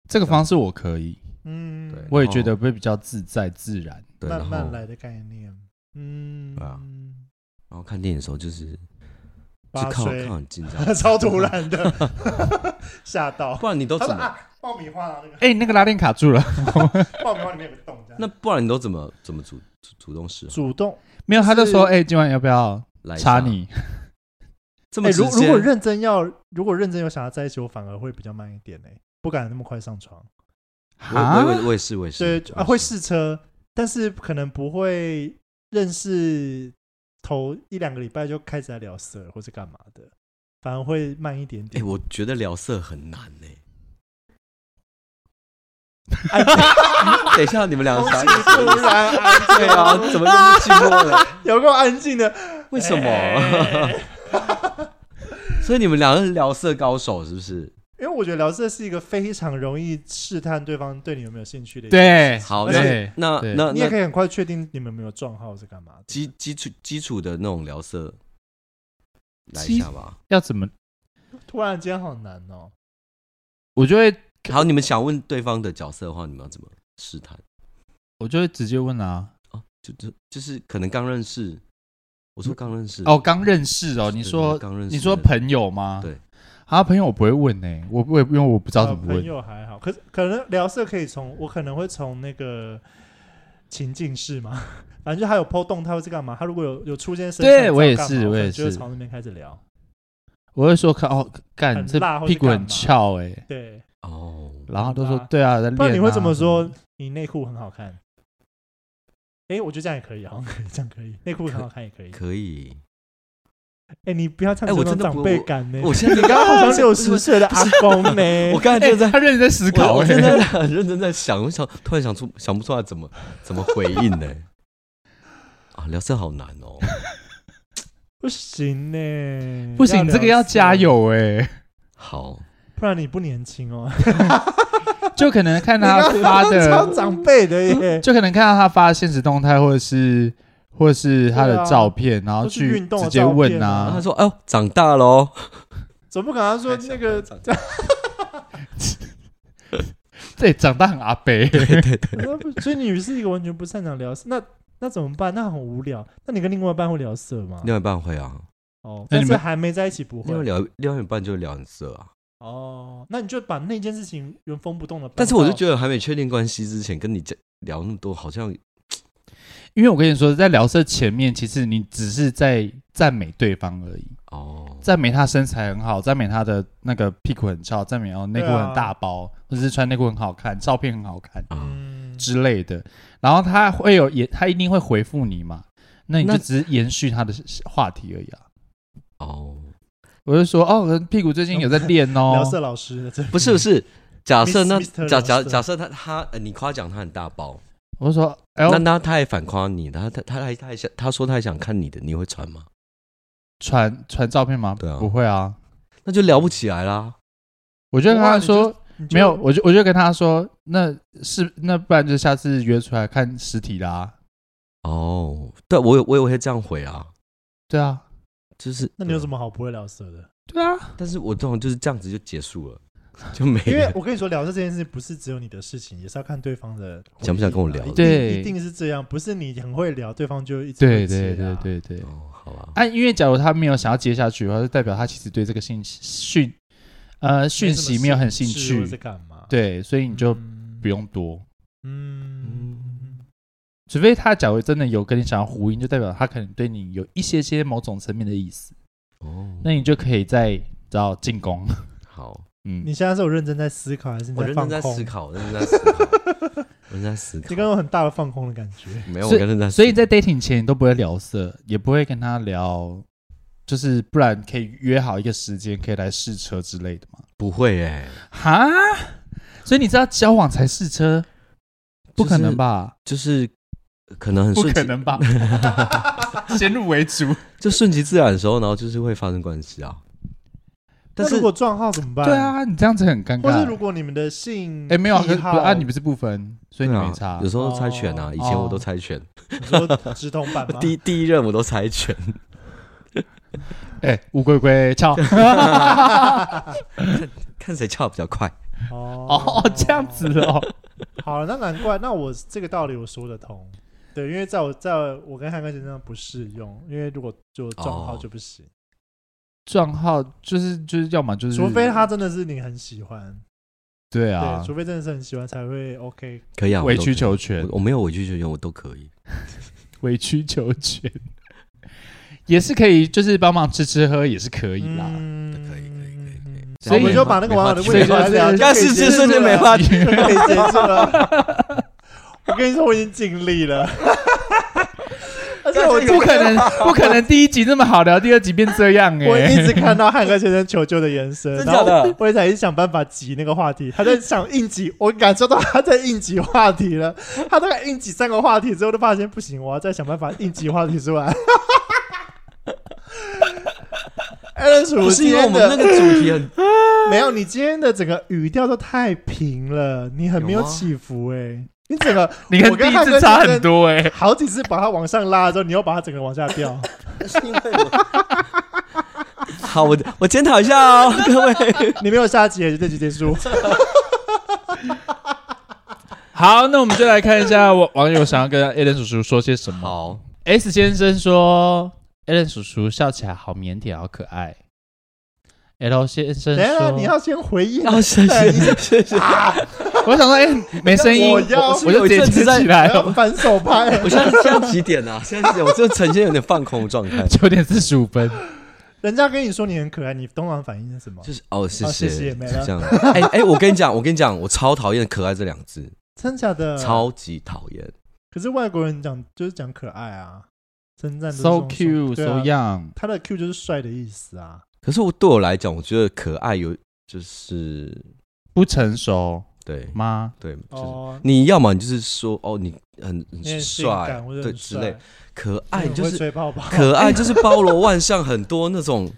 A: 这个方式我可以，
B: 嗯，
C: 对
A: 我也觉得会比较自在自然。
C: 对，
B: 慢
C: 然
B: 慢
C: 后
B: 来的概念。嗯，
C: 对啊然后看电影的时候就是就
B: 八
C: 靠
B: 吹
C: 靠很近 这 样，
B: 超突然的， 吓到。
C: 不然你都
B: 他
C: 怎
B: 说
C: 么？
B: 啊，爆米花啊，那个
A: 哎、那个拉链卡住了，
B: 爆米花里面有个洞，这样
C: 那不然你都怎么怎么主主主动示好
B: 主动。
A: 没有，他就是说，哎、今晚要不要
C: 来一
A: 插
C: 下？
A: 你？
C: 这
B: 哎，
C: 么直
B: 如
C: 接？
B: 如果认真要，如果认真有想要在一起，我反而会比较慢一点呢，不敢那么快上床。
C: 我
A: 啊
C: 我，我我也是我也是，
B: 对
C: 我
B: 啊，
C: 也
B: 会试车，但是可能不会认识头一两个礼拜就开始来聊色或是干嘛的，反而会慢一点
C: 哎，
B: 点。
C: 我觉得聊色很难呢。
B: 哎
C: 等一下，你们两个
B: 空
C: 啥
B: 气
C: 意思？
B: 突然安静
C: 对啊，怎么这么寂寞 了？
B: 有够安静的，
C: 为什么？
B: 哎
C: 所以你们两个是聊色高手是不是？
B: 因为我觉得聊色是一个非常容易试探对方对你有没有兴趣的。，
A: 对，
C: 好，
B: 而
C: 那
A: 且
C: 那
A: 对
C: 那
B: 你也
C: 那
B: 可以很快确定你们有没有撞号是干嘛的。
C: 基基础基础的那种聊色，来一下吧。
A: 要怎么？
B: 突然间好难哦，
A: 我就会，
C: 好，你们想问对方的角色的话，你们要怎么试探？
A: 我就会直接问啊。
C: 哦，就就就是可能刚认识，我说刚认识
A: 哦，，刚认识哦，
C: 对
A: 你说
C: 刚认识的，
A: 你说朋友吗？
C: 对，
A: 啊，朋友我不会问呢、我我也因为我不知道
B: 呃
A: 怎么
B: 朋
A: 问。
B: 友还好，可是可能聊色可以从我可能会从那个情境式嘛， 反正就他有抛动态或是干嘛，他如果有有出现身
A: 对
B: 上
A: 我也
B: 照干
A: 是
B: 嘛
A: 我也
B: 可能就会
A: 是
B: 从那边开始聊。
A: 我会说，看哦，干
B: 很
A: 这
B: 辣或是
A: 屁股
B: 干嘛
A: 很翘哎、
B: 对，
C: 哦，
A: 然后都
B: 很
A: 说
B: 辣
A: 对啊，在练、
B: 不
A: 啊。
B: 然你会怎么说
A: 什的？？
B: 你内裤很好看。哎，我觉得这样也可以，好像可以，这样可以，内裤很好看也 可以。
C: 可以。
B: 哎，你不要这
C: 哎
B: 样
C: 我
B: 子，有种
C: 真的
B: 长
C: 不
B: 辈感呢。
C: 我现 在
B: 你刚刚好像六十岁的阿公呢。
C: 我刚才就在
A: 哎，他认真在思考、
C: 我我
A: 哎
C: 真的很认真在想，我想突然想出想不出来怎么怎么回应呢、啊，聊色好难哦，
B: 不行呢，
A: 不行，这个要加欸
B: 聊色，
A: 油哎、
C: 好，
B: 不然你不年轻哦。
A: 就可能看他发
B: 超
A: 的，
B: 长辈的耶，
A: 就可能看到他发的现实动态，或者是或者是他
B: 对
A: 的
B: 啊
A: 照片，然后
B: 都是
A: 去
B: 运动的
A: 直接
B: 照
A: 问
B: 片啊
C: 然后他
A: 啊，
C: 说：“哦，长大喽。
B: 怎么可能说那 个
C: 长
B: 啊
A: 对，长大很阿北。
B: 那不 所以你是一个完全不擅长聊色，那那怎么办？那很无聊。那你跟另外一半会聊色吗？
C: 另外一半会啊，
B: 哦，
A: 那
B: 但
A: 你
B: 是
A: 们
B: 还没在一起不
C: 另外
B: 会。
C: 聊另外一半就聊很色啊。
B: 哦，那你就把那件事情原封不动的。
C: 但是
A: 哦
C: 我就觉得还没确定关系之前跟你讲聊那么多，好像
A: 因为我跟你说，在聊色前面，其实你只是在赞美对方而已，
C: 哦，
A: 赞美他身材很好，赞美他的那个屁股很翘，赞美哦内裤
B: 对啊
A: 很大包，或者是穿内裤很好看，照片很好看
B: 得
C: 啊，
B: 嗯，
A: 之类的。然后他会有也，他一定会回复你嘛？那你就
C: 那
A: 只是延续他的话题而已啊。
C: 哦，
A: 我就说哦，人屁股最近有在练
B: 聊
A: 哦，
B: 色老师呢这
C: 啊 不是不是，假设
B: Miss-
C: 那
B: Mr.
C: 假假
B: 老师
C: 假设他他呃你夸奖他很大包，
A: 我就说哎
C: 那
A: 呦，
C: 那他也反夸你，然后他他还他还想他说他还想看你的，你会传吗？
A: 传传照片吗？
C: 对啊
A: 不会啊。
C: 那就聊不起来啦。
A: 我就跟
B: 哇
A: 他
B: 你
A: 说
B: 啊你就
A: 没有，我就我就跟他说，那是那不然就下次约出来看实体啊啦、
C: 哦，对我有我也会这样回啊，
A: 对啊，
C: 就是
B: 那你有什
C: 么？
B: 么好不会聊色 的？
A: 对啊，
C: 但是我这种就是这样子就结束了， 就没
B: 因为
C: 了。
B: 我跟你说，聊色这件事不是只有你的事情，也是要看对方的回应啊
C: 想不想跟我聊
B: 一定
A: 对
B: 一定是这样，不是你很会聊，对方就一直
A: 对
B: 会
A: 对
B: 接
A: 对
B: 啊
A: 对对。
C: 哦，好吧，
A: 啊，因为假如他没有想要接下去的话，就代表他其实对这个信讯呃讯息没有很兴
B: 没什么事或者是
A: 趣，
B: 干嘛？
A: 对，所以
B: 嗯，
A: 你就不用多，
B: 嗯。
A: 除非他假如真的有跟你想要呼应，就代表他可能对你有一些些某种层面的意思，
B: 嗯
C: 哦，
A: 那你就可以再找进攻，
C: 好，
A: 嗯
B: 你，现在是有认真在思考，还是你
C: 我认
B: 放
C: 真
B: 空？
C: 在思考，我认真在思考， 我认真在思
B: 你刚刚
C: 考。
B: 有很大的放空的感觉。
C: 没有，我跟认真在思考。
A: 所以在 dating 前你都不会聊色，也不会跟他聊，就是不然可以约好一个时间可以来试车之类的嘛，
C: 不会哎，
A: 哈，所以你知道交往才试车，不可能吧？
C: 就是可能很顺其，
A: 能吧？ 先入为主。
C: 就顺其自然的时候，然后就是会发生关系啊。但
B: 那
C: 是
B: 如果撞号怎么办？
A: 对，啊，你这样子很尴
B: 或是如
A: 尬。
B: 果你们的性
A: 哎，没有啊，可
B: 癖
A: 是不
B: 好
A: 啊，你不是不分，所以你
C: 对啊
A: 没差
C: 有。时候都猜拳啊，
B: 哦
C: 以前我都猜拳，
B: 你说直筒版 吗？
C: 第第一任我都猜拳，
A: 哎，乌龟龟 翘。
C: 看谁翘比较快。
B: 哦
A: 哦，这样子。哦。
B: 好，那难怪，那我这个道理我说得通。对，因为在我在我跟汉哥身上不适用，因为如果就撞号
C: 哦
B: 就不行，
A: 账号就是就是，要么就是，
B: 除非他真的是你很喜欢，
A: 对
B: 对，
A: 啊，
B: 除非真的是很喜欢才会 OK。
C: 可以啊，
A: 委曲求
C: 我都
A: 全
C: 可以，我我没有委曲求全，我都可以。
A: 委曲求全，也是可以，就是帮忙吃吃喝也是可以啦。
B: 嗯
C: 可以可以可以可以
A: 所以
B: 我们就把那个网友的
C: 没
A: 所以
B: 问题
C: 话题
B: 来
A: 就是
B: 聊，
A: 但
B: 可以
C: 是
B: 结
C: 这瞬间
B: 束了
C: 没话题
B: 就 可以结束了。我跟你说，我已经尽力了， 而且我
A: 不可能，不可能，第一集这么好聊，第二集变这样
B: 我一
A: 哎。
B: 直看到汉哥先生求救的眼神，
C: 真
B: 然后
C: 假的
B: 我也在一直想办法挤那个话题，他在想硬挤，我感受到他在硬挤话题了。他大概硬挤三个话题之后，就发现不行，我要再想办法硬挤话题出来。 艾伦
C: 不
B: 鼠
C: 是
B: 今
C: 因为我
B: 天
C: 们
B: 的
C: 那个主题很
B: 没有，你今天的整个语调都太平了，你很没有
C: 有吗
B: 起伏哎、你整个
A: 你跟
B: 我
A: 第
B: 跟
A: 一
B: 汉哥
A: 次差
B: 先
A: 很
B: 生
A: 多哎。
B: 好几次把它往上拉之后，你又把它整个往下掉。
C: 是因为我好，我 我检讨一下 哦，各位。
B: 你没有下集，这集结 束。
C: 哦
A: 好，那我们就来看一下网网友想要跟 a l n 叔叔说些什么。
C: 好，
A: S 先生说 a l n 叔叔笑起来好腼腆，好可爱。L 先生
B: 等一下，你
A: 说
B: 要先回应
C: 啊，谢谢
B: 你
C: 谢谢。：“
A: 我想说，哎、没声音，
B: 我
A: 我
B: 要
A: 我就直接接起
C: 哎
A: 来
B: 还要
A: 了。
B: 反手 拍。
C: 我现在现在几点啊？现在几点？我就呈现有点放空的状态”，
A: 九点四十五 分，
B: 人家跟你说你很可爱，你通常反应是什么？
C: 就是哦，谢
B: 啊谢谢
C: 是
B: 没了
C: 这样。哎哎，我跟你讲，我跟你讲，我超讨厌“可爱”这两个字，
B: 真假的？
C: 超级讨厌。
B: 可是外国人讲就是讲可爱啊，称赞都是这
A: so
B: 种
A: cute,
B: 对啊
A: so young。
B: 他的 Q 就是帅的意思啊。
C: 可是我对我来讲，我觉得可爱有就是
A: 不成熟
C: 对
A: 吗？
C: 对，就是
B: 哦，
C: 你要么你就是说哦，你很
B: 你很
C: 很
B: 性感
C: 帅
B: 或者，
C: 对
B: 很
C: 之
B: 帅
C: 类。可爱哎
B: 你
C: 就
B: 会
C: 是
B: 吹泡泡，
C: 可爱，就是包罗万象，很多那种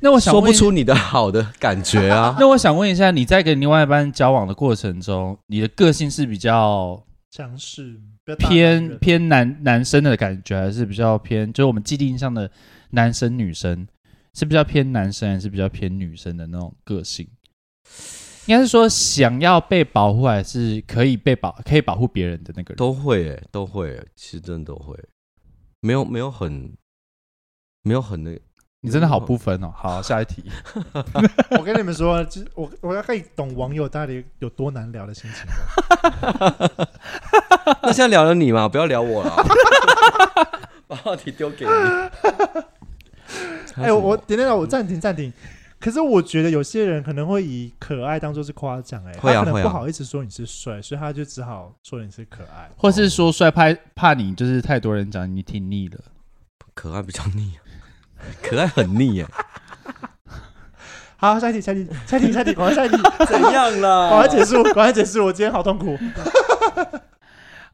A: 那我想
C: 说
A: 问
C: 不
A: 一下
C: 出你的好的感 觉啊。
A: 那我想问一下，你在跟另外一半交往的过程中，你的个性是比较
B: 强势，不要大男
A: 偏
B: 人
A: 偏男男生的感觉，还是比较偏就是我们既定印象的男生女生，是比较偏男生还是比较偏女生的那种个性？应该是说想要被保护，还是可以被保可以保护别人的那个人？
C: 都会耶、都会耶、其实真的都会，没有没有很，没有很那个，
A: 你真的好不分哦。好，下一 题。
B: 我跟你们说，就是我我大概懂网友到底有多难聊的心 情。
C: 那现在聊了你嘛，不要聊我了， 把话题丢给你。
B: 哎、我等等，我暂停暂停。可是我觉得有些人可能会以可爱当做是夸奖、哎、
C: 会啊
B: 他可
C: 会
B: 能
C: 啊
B: 不好意思说你是帅，所以他就只好说你是可 爱。
A: 或是说帅怕怕你就是太多人讲你挺腻了，
C: 可爱比较腻、啊， 可爱很腻耶、
B: 好，下一题，下一题，下一题，下一题，赶快下 一题，
C: 怎样
B: 赶快
C: 啦？
B: 结束，赶快结束，我今天好痛 苦。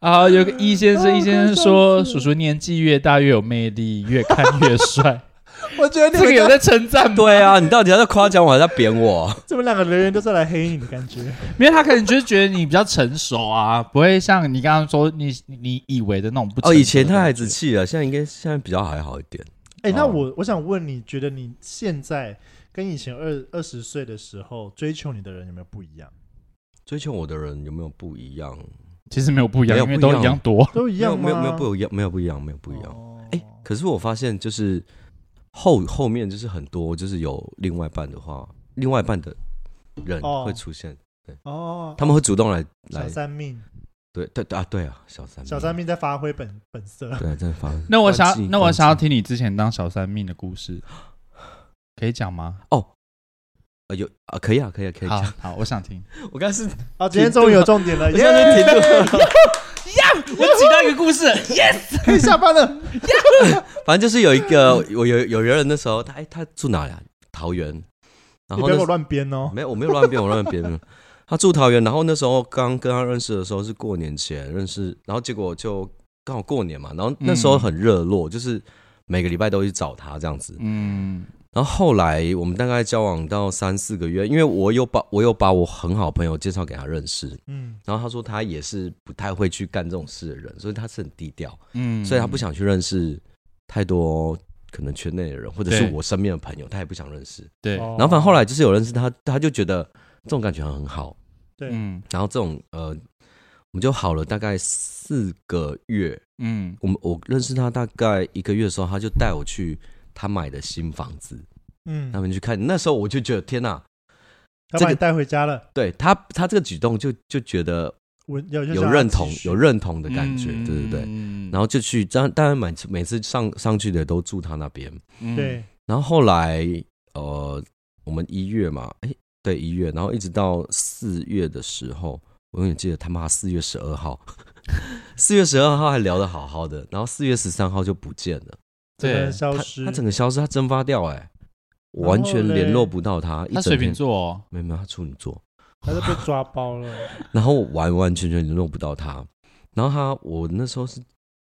A: 啊，有个易先生，易先生说：“
B: 哦
A: 叔叔年纪越大越有魅力，越看越帅。
B: 我觉 得”
A: 这个
B: 你们
A: 有在
B: 这
A: 称赞吗？
C: 对啊，你到底还在夸奖我，还是在贬我？
B: 这么两个留言都是来黑你的感 觉。
A: 因为他可能就是觉得你比较成熟啊，不会像你刚刚说你你以为的那种不成熟
C: 哦，
A: 的
C: 以前他
A: 感
C: 还
A: 觉
C: 只气了，现在应该现在比较还好一点。
B: 哎、那
C: 哦
B: 我我想问你，觉得你现在跟以前二二十岁的时候追求你的人有没有不一样？
C: 追求我的人有没有不一样？
A: 其实没有不一样，
C: 没有
A: 因为都
C: 不一样
A: 一样多。
B: 都一
C: 一
B: 样吗？
C: 没有没有不一样，没有不一样，没有不一样。
B: 哦
C: 哎可是我发现就是后后面就是很多就是有另外一半的话，另外一半的人
B: 哦
C: 会出现，
B: 哦，
C: 他们会主动来
B: 小
C: 来，
B: 三命，
C: 对对对啊，对啊，小三
B: 小三命在发挥本本色。
C: 对，真的发。
A: 那我想要
C: 关机
A: 那我想要
C: 关机
A: 听你之前当小三命的故事，可以讲吗？
C: 呃有啊，可以啊，可以啊，可以
A: 好
C: 讲。
A: 好，我想听。
C: 我刚是
B: 好，啊今天终于有重 点了，
C: 我在那边停
B: 耶！
C: 顿了，
A: 我提到一个故事，
B: 可以下班了。
C: 反正就是有一个我有有人那时候他哎他住哪呀？桃园， 然
B: 你
C: 后
B: 不要
C: 那
B: 给我乱编哦。
C: 没有，我没有乱编，我乱编。他住桃园，然后那时候刚跟他认识的时候是过年前认识，然后结果就刚好过年嘛，然后那时候很热络，就是每个礼拜都去找他这样子。
A: 嗯，
C: 然后后来我们大概交往到三四个月，因为我有把我有把我很好朋友介绍给他认识，
B: 嗯，
C: 然后他说他也是不太会去干这种事的人，所以他是很低调，
A: 嗯，
C: 所以他不想去认识太多可能圈内的人，或者是
A: 对
C: 我身边的朋友，他也不想认识。
A: 对，
B: 哦
C: 然后反正后来就是有认识他，他就觉得这种感觉很好。
B: 对，
A: 嗯
C: 然后这种呃，我们就好了大概四个月。
A: 嗯
C: 我们我认识他大概一个月的时候，他就带我去他买的新房子，
B: 嗯
C: 他，们去看。那时候我就觉得天哪，
B: 他
C: 这
B: 把
C: 个
B: 你带回家了，
C: 对他他这个举动就就觉得
B: 我有
C: 有认同有认同的
A: 的
C: 感觉，对对对。
A: 嗯
C: 然后就去，当当然每次每次上上去的都住他那边。
A: 嗯
B: 对，
C: 然后后来呃，我们一月嘛，哎，对一月，然后一直到四月的时候，我永远记得他妈四月十二号， 四月十二号还聊得好好的，然后四月十三号就不见了，
B: 整个
A: 对
B: 人消
C: 他
B: 失
C: 他。整个消失，他蒸发掉、哎，我完全
B: 然后嘞
C: 联络不到他，一
A: 他水
C: 整
A: 瓶
C: 天，
A: 座哦，
C: 没有没有，他处女座，
B: 他就被抓包了，
C: 然后我完完全全联络不到他，然后他我那时候是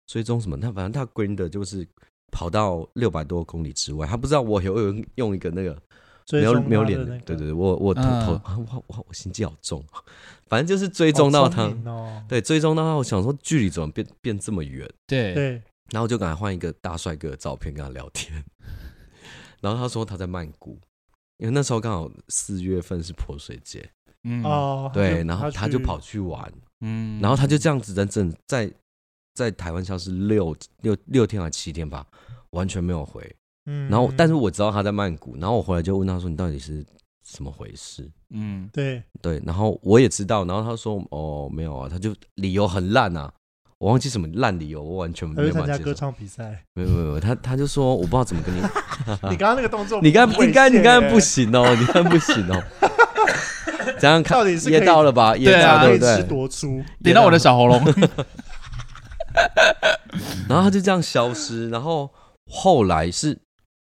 C: 追踪什么，他反正他 green 的就是。跑到六百多公里之外，他不知道我有有用一个那个
B: 追
C: 没有
B: 踪
C: 没有
B: 他的
C: 脸的
B: 那个，哦
C: 对对，对我我头
A: 嗯
C: 头啊，我我我心机好重，哦反正就是追踪到
B: 好
C: 他
B: 聪，明哦，
C: 对，追踪到他，我想说距离怎么变变这么远，
A: 对，
B: 对，
C: 然后我就赶快换一个大帅哥的照片跟他聊天， 然后他说他在曼谷，因为那时候刚好四月份是泼水节，
A: 嗯
B: 哦，
C: 对，然后他就跑
B: 去
C: 去玩，
A: 嗯
C: 然后他就这样子整整在在台湾消失六六六天还七天吧，完全没有回，
B: 嗯
C: 然后但是我知道他在曼谷，然后我回来就问他说你到底是怎么回事？
A: 嗯
B: 对，
C: 对，然后我也知道，然后他说哦没有啊，他就理由很烂啊，我忘记什么烂理由，我完全
B: 他
C: 没
B: 去
C: 有办
B: 参
C: 法
B: 加
C: 接
B: 歌
C: 受。
B: 唱比 赛。
C: 没有没有没有，他他就说我不知道怎 么跟你，
B: 你刚刚那个动作，
C: 你刚你刚你刚刚不
B: 行，
C: 行哦，你刚刚不行哦， 这样看
B: 到底是
C: 噎
B: 可以
C: 到了吧？噎
A: 对啊
C: 到
B: 可
C: 对
B: 以
C: 不
B: 吃
C: 对？
B: 多粗，
A: 点到我的小 喉咙，
C: 然后他就这样消失，然后后来是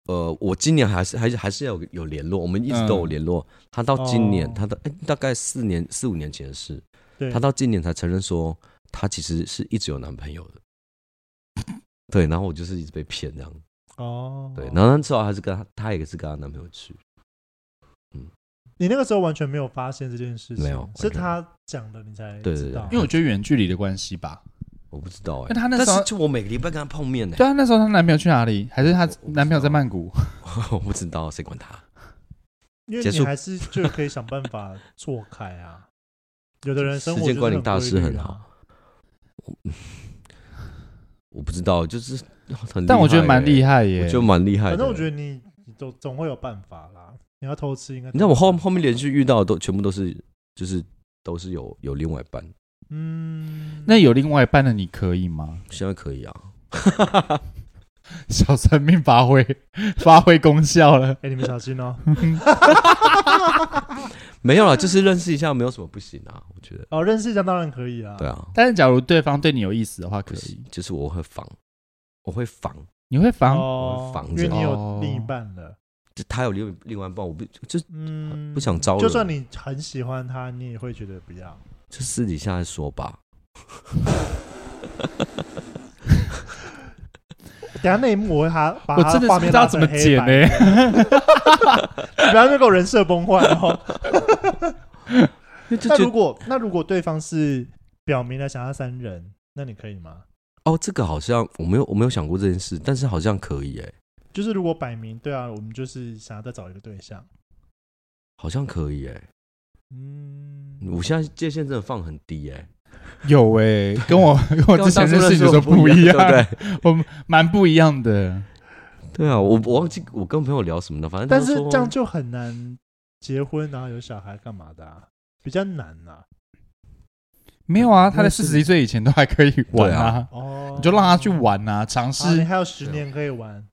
C: 呃，我今年还是还是还是有有联络，我们一直都有
A: 嗯
C: 联络。他到今年，
B: 哦
C: 他到、哎大概四年四五年前的事，
B: 对，
C: 她到今年才承认说， 她其实是一直有男朋友的。对，然后我就是一直被骗这样。
B: 哦，
C: 对，然后之后还是跟她，她也是跟她男朋友去，
B: 你那个时候完全没有发现这件事情，
C: 没有完
B: 是
C: 全
B: 他讲的你才
C: 对对
B: 知道，
A: 因为我觉得远距离的关系吧。
C: 我不知道哎、
A: 那她那
C: 但
A: 时候
C: 是就我每个礼拜跟她碰面呢、欸
A: 对啊，那时候她男朋友去哪里？还是她男朋友在曼谷？
C: 我不知道谁管她。
B: 因为
C: 结
B: 你
C: 束
B: 还是就可以想办法错开啊。 有的人生活
C: 时
B: 就
C: 间
B: 是
C: 管理
B: 很
C: 大
B: 规
C: 师
B: 律
C: 很
B: 啊
C: 好，我 不知道，就是很、
A: 啊 但我觉得蛮厉
C: 害
A: 害
C: 欸，
A: 耶。
C: 我觉得蛮厉害的。
B: 反正我觉得你你都总会有办法啦。你要偷吃应该，
C: 你看我后后面连续遇到的都全部都是就是都是有有另外一半，
B: 嗯，
A: 那有另外一半的你可以吗？
C: 现在可以啊，
A: 小生命发挥 发挥功效了。
B: 哎、你们小心哦、
C: 没有啦，就是认识一下没有什么不行啊，我觉得
B: 哦，认识一下当然可以啊。
C: 对啊，
A: 但是假如对方对你有意思的话，可
C: 不
A: 以
C: 行，。就是我会防，我会防，
A: 你会防？
B: 哦
C: 啊我，防
B: 因
C: 着
B: 为你有
A: 哦
B: 另一半了，
C: 就他有另另外一半，我不就
B: 嗯，
C: 不想招惹，
B: 就算你很喜欢他，你也会觉得不要。
C: 就私底下说吧，
B: 等一下那一幕我会哈，把
A: 我
B: 他
A: 真的
B: 画
A: 是不
B: 面
A: 知道
B: 拉
A: 怎
B: 成
A: 么
B: 黑
A: 剪欸呢、
B: 白，
C: 欸
B: 你不要再给我人设崩坏哦。
C: 就就
B: 那如
C: 就
B: 果那如果对方是表明了想要三人，那你可以吗？
C: 哦，这个好像我没有我没有想过这件事，但是好像可以哎、
B: 就是如果摆明对啊，我们就是想要再找一个对象，
C: 好像可以哎、
B: 嗯，
C: 我现在界限真的放很低哎、
A: 有哎、跟我跟我之前认识你的时候不一
C: 对
A: 样，
C: 不对？
A: 蛮不一样的。
C: 对啊，我我忘记我跟朋友聊什么了，反正他
B: 但是
C: 说
B: 这样就很难结婚，然后有小孩干嘛的、啊，比较难啊呐、
A: 没有啊，
C: 对
A: 他在
C: 那是
A: 四十一岁以前都还可以玩啊，
B: 哦，
A: 你就让他去玩啊，尝
B: 好，你
A: 试。
B: 还有十年可以玩。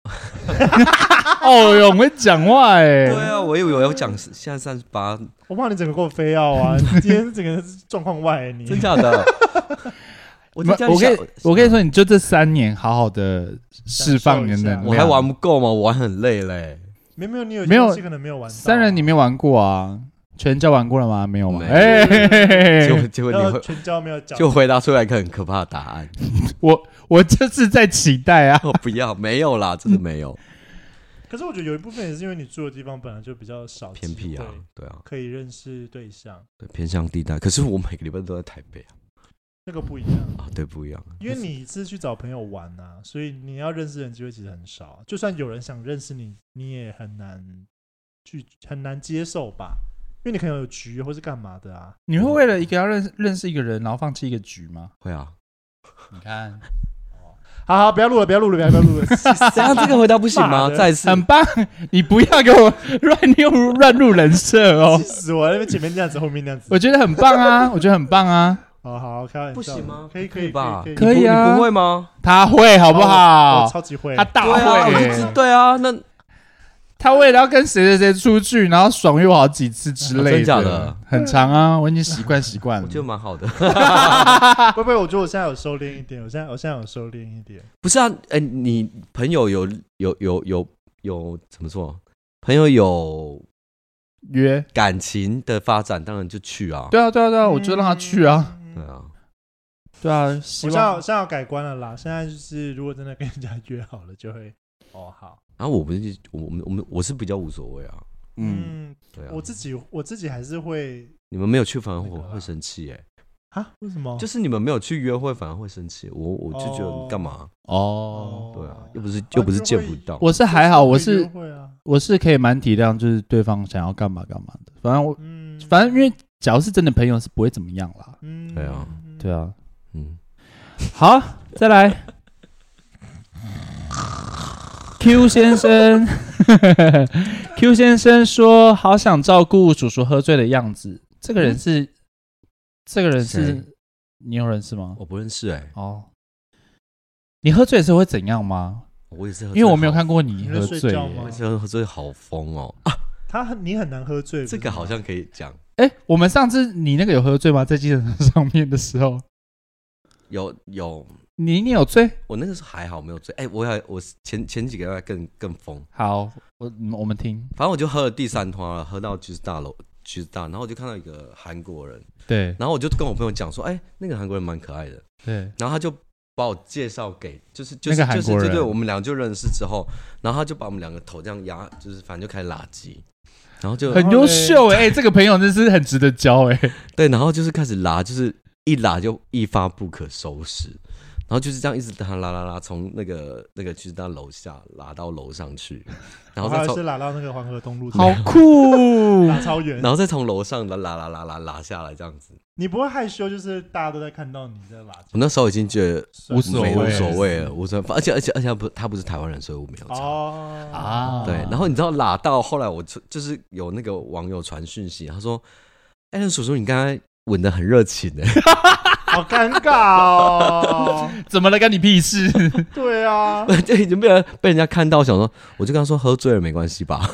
A: 哦哟，很会讲话哎、
C: 对啊，我以为我要讲是现在三十八，
B: 我怕你整个给我非要啊！你今天整个状况外、你
C: 真假 的？我在家里
A: 我跟
C: 想
A: 我跟你，说，你就这三年好好的释放你的能量。
C: 我还玩不够吗？我玩很累嘞、
B: 没有没有，你有
A: 没有
B: 些东西可能没有玩到啊、
A: 三人你没玩过啊？全交玩过了吗？没有吗？
C: 没有
A: 哎、嘿嘿嘿嘿
C: 结果结果
B: 然
C: 你
B: 后
C: 会
B: 全交 没有讲，
C: 就回答出来一个很可怕的答案。
A: 我我这次在期待 啊。
C: 我哦不要，没有啦，真的没有，
B: 可是我觉得有一部分也是因为你住的地方本来就比较少
C: 偏僻啊
B: 机会，
C: 对啊，
B: 可以认识对象，
C: 对偏向地带。可是我每个礼拜都在台北啊，
B: 那个不一样。
C: 啊对，不一样，
B: 因为你是去找朋友玩啊，所以你要认识人机会其实很少啊。就算有人想认识你，你也很难去很难接受吧，因为你可能有局或是干嘛的啊。
A: 你会为了一个要认识认识一个人，然后放弃一个局吗？
C: 会啊。
A: 你看，
B: 好好，不要录了，不要录了，不要不要录了。
C: 这样这个回答不行
B: 骂
C: 吗？
B: 人
C: 再一次，
A: 很棒，你不要给我乱入乱入人设哦
B: 气。死我！那边前面那样子，后面那样子。
A: 我觉得很棒啊，我觉得很棒啊，
B: 好好，开玩笑的。
C: 不行吗
B: 可以
C: 可
B: 以
C: 以吧
B: 可以
A: 可以
C: 你不
A: 啊
C: 你不会吗？
A: 他会好不
B: 我
A: 好
B: 我？超级会
A: 他。大
C: 对啊，我
A: 会
C: 就知，对啊，那
A: 他为了要跟谁谁谁出去，然后爽约我好几次之类
C: 真假的
A: 很长啊，我已经习惯习惯
C: 我
A: 了
C: 觉。得蛮好的。
B: 不不，我觉得我现在有收敛一点，我现在我现在有收敛一点。
C: 不是啊，哎、你朋友有有有有有怎么说？朋友有
A: 约，
C: 感情的发展，当然就去啊。
A: 对啊对啊对啊，我就让他去啊，
B: 嗯。
A: 对
C: 对啊，
A: 啊，
B: 我
A: 希
B: 现在
A: 望
B: 现在有改观了啦，现在就是如果真的跟人家约好了，就会哦好，
C: 然后我们就我们我们我是比较无所谓啊。
A: 嗯，
B: 嗯，
C: 对啊，
B: 我自己我自己还是会
C: 你们没有去，反而
B: 那
C: 我
B: 个啦
C: 会生气哎、
B: 啊，为什么？
C: 就是你们没有去约会，反而会生气。我我就觉得
B: 哦
C: 你干嘛？
A: 哦，
C: 对啊，又不是又不是见不到。
A: 我是还好，我
B: 就是
A: 是
B: 会约会啊，
A: 我是可以蛮体谅，就是对方想要干嘛干嘛的，反正我
B: 嗯，
A: 反正因为假如是真的朋友是不会怎么样啦，
B: 嗯，
C: 对啊
A: 对啊，
C: 嗯，
A: 好，再来 Q 先生 ，Q 先生说好想照顾叔叔喝醉的样子，这个
B: 嗯
A: 人是这个人
C: 谁
A: 是你有认识吗？
C: 我不认识哎、
A: 哦，你喝醉的时候会怎样吗？
C: 我也是喝醉好，
A: 因为我没有看过
B: 你
A: 你
B: 会
A: 喝
B: 睡
A: 醉
B: 觉
A: 耶。
B: 吗
C: 我也是喝醉好疯哦、
B: 他很你很难喝醉，
C: 这个好
B: 不是
C: 像
B: 吗
C: 可以讲。
A: 哎、我们上次你那个有喝醉吗？在计程车上面的时候，
C: 有有，
A: 你你有醉？
C: 我那个时候还好没有醉。哎、我还我前前几个月更更疯，
A: 好，我嗯我们听。
C: 反正我就喝了第三团了，喝到橘子大楼橘子大，然后我就看到一个韩国人，
A: 对
C: 然后我就跟我朋友讲说，哎、那个韩国人蛮可爱的，
A: 对，
C: 然后他就把我介绍给，就是就是、
A: 那个韩
C: 就是
A: 国
C: 就
A: 人
C: 对我们俩就认识之后，然后他就把我们两个头这样压，就是反正就开始拉鸡，然后就
A: 很优秀哎、欸这个朋友真是很值得交哎、欸
C: 对，然后就是开始拉，就是一拉就一发不可收拾，然后就是这样一直拉拉拉拉，从那个那个就是到楼下拉到楼上去，然后
B: 还
C: 再
B: 有是
C: 从
B: 拉到那个黄河东路，
A: 好 酷！
B: 拉超 远
C: 然。后再从楼上拉拉拉拉拉拉下来这样子。
B: 你不会害羞，就是大家都在看到你在拉
C: 我那时候已经觉得
B: 算
A: 无所
C: 没
A: 谓
C: 无所 谓了，无所谓，而且而且而且他不他不是台湾人，所以我没有差。
B: 哦
A: 啊
C: 对，然后你知道拉到后来我就就是有那个网友传讯息，他说：“艾伦叔叔，你刚才吻的很热情哎。”
B: 好尴尬哦。
A: 怎么了？干你屁事？
B: 对啊，
C: 这已经被人被人家看到，想说，我就跟他说喝醉了没关系吧。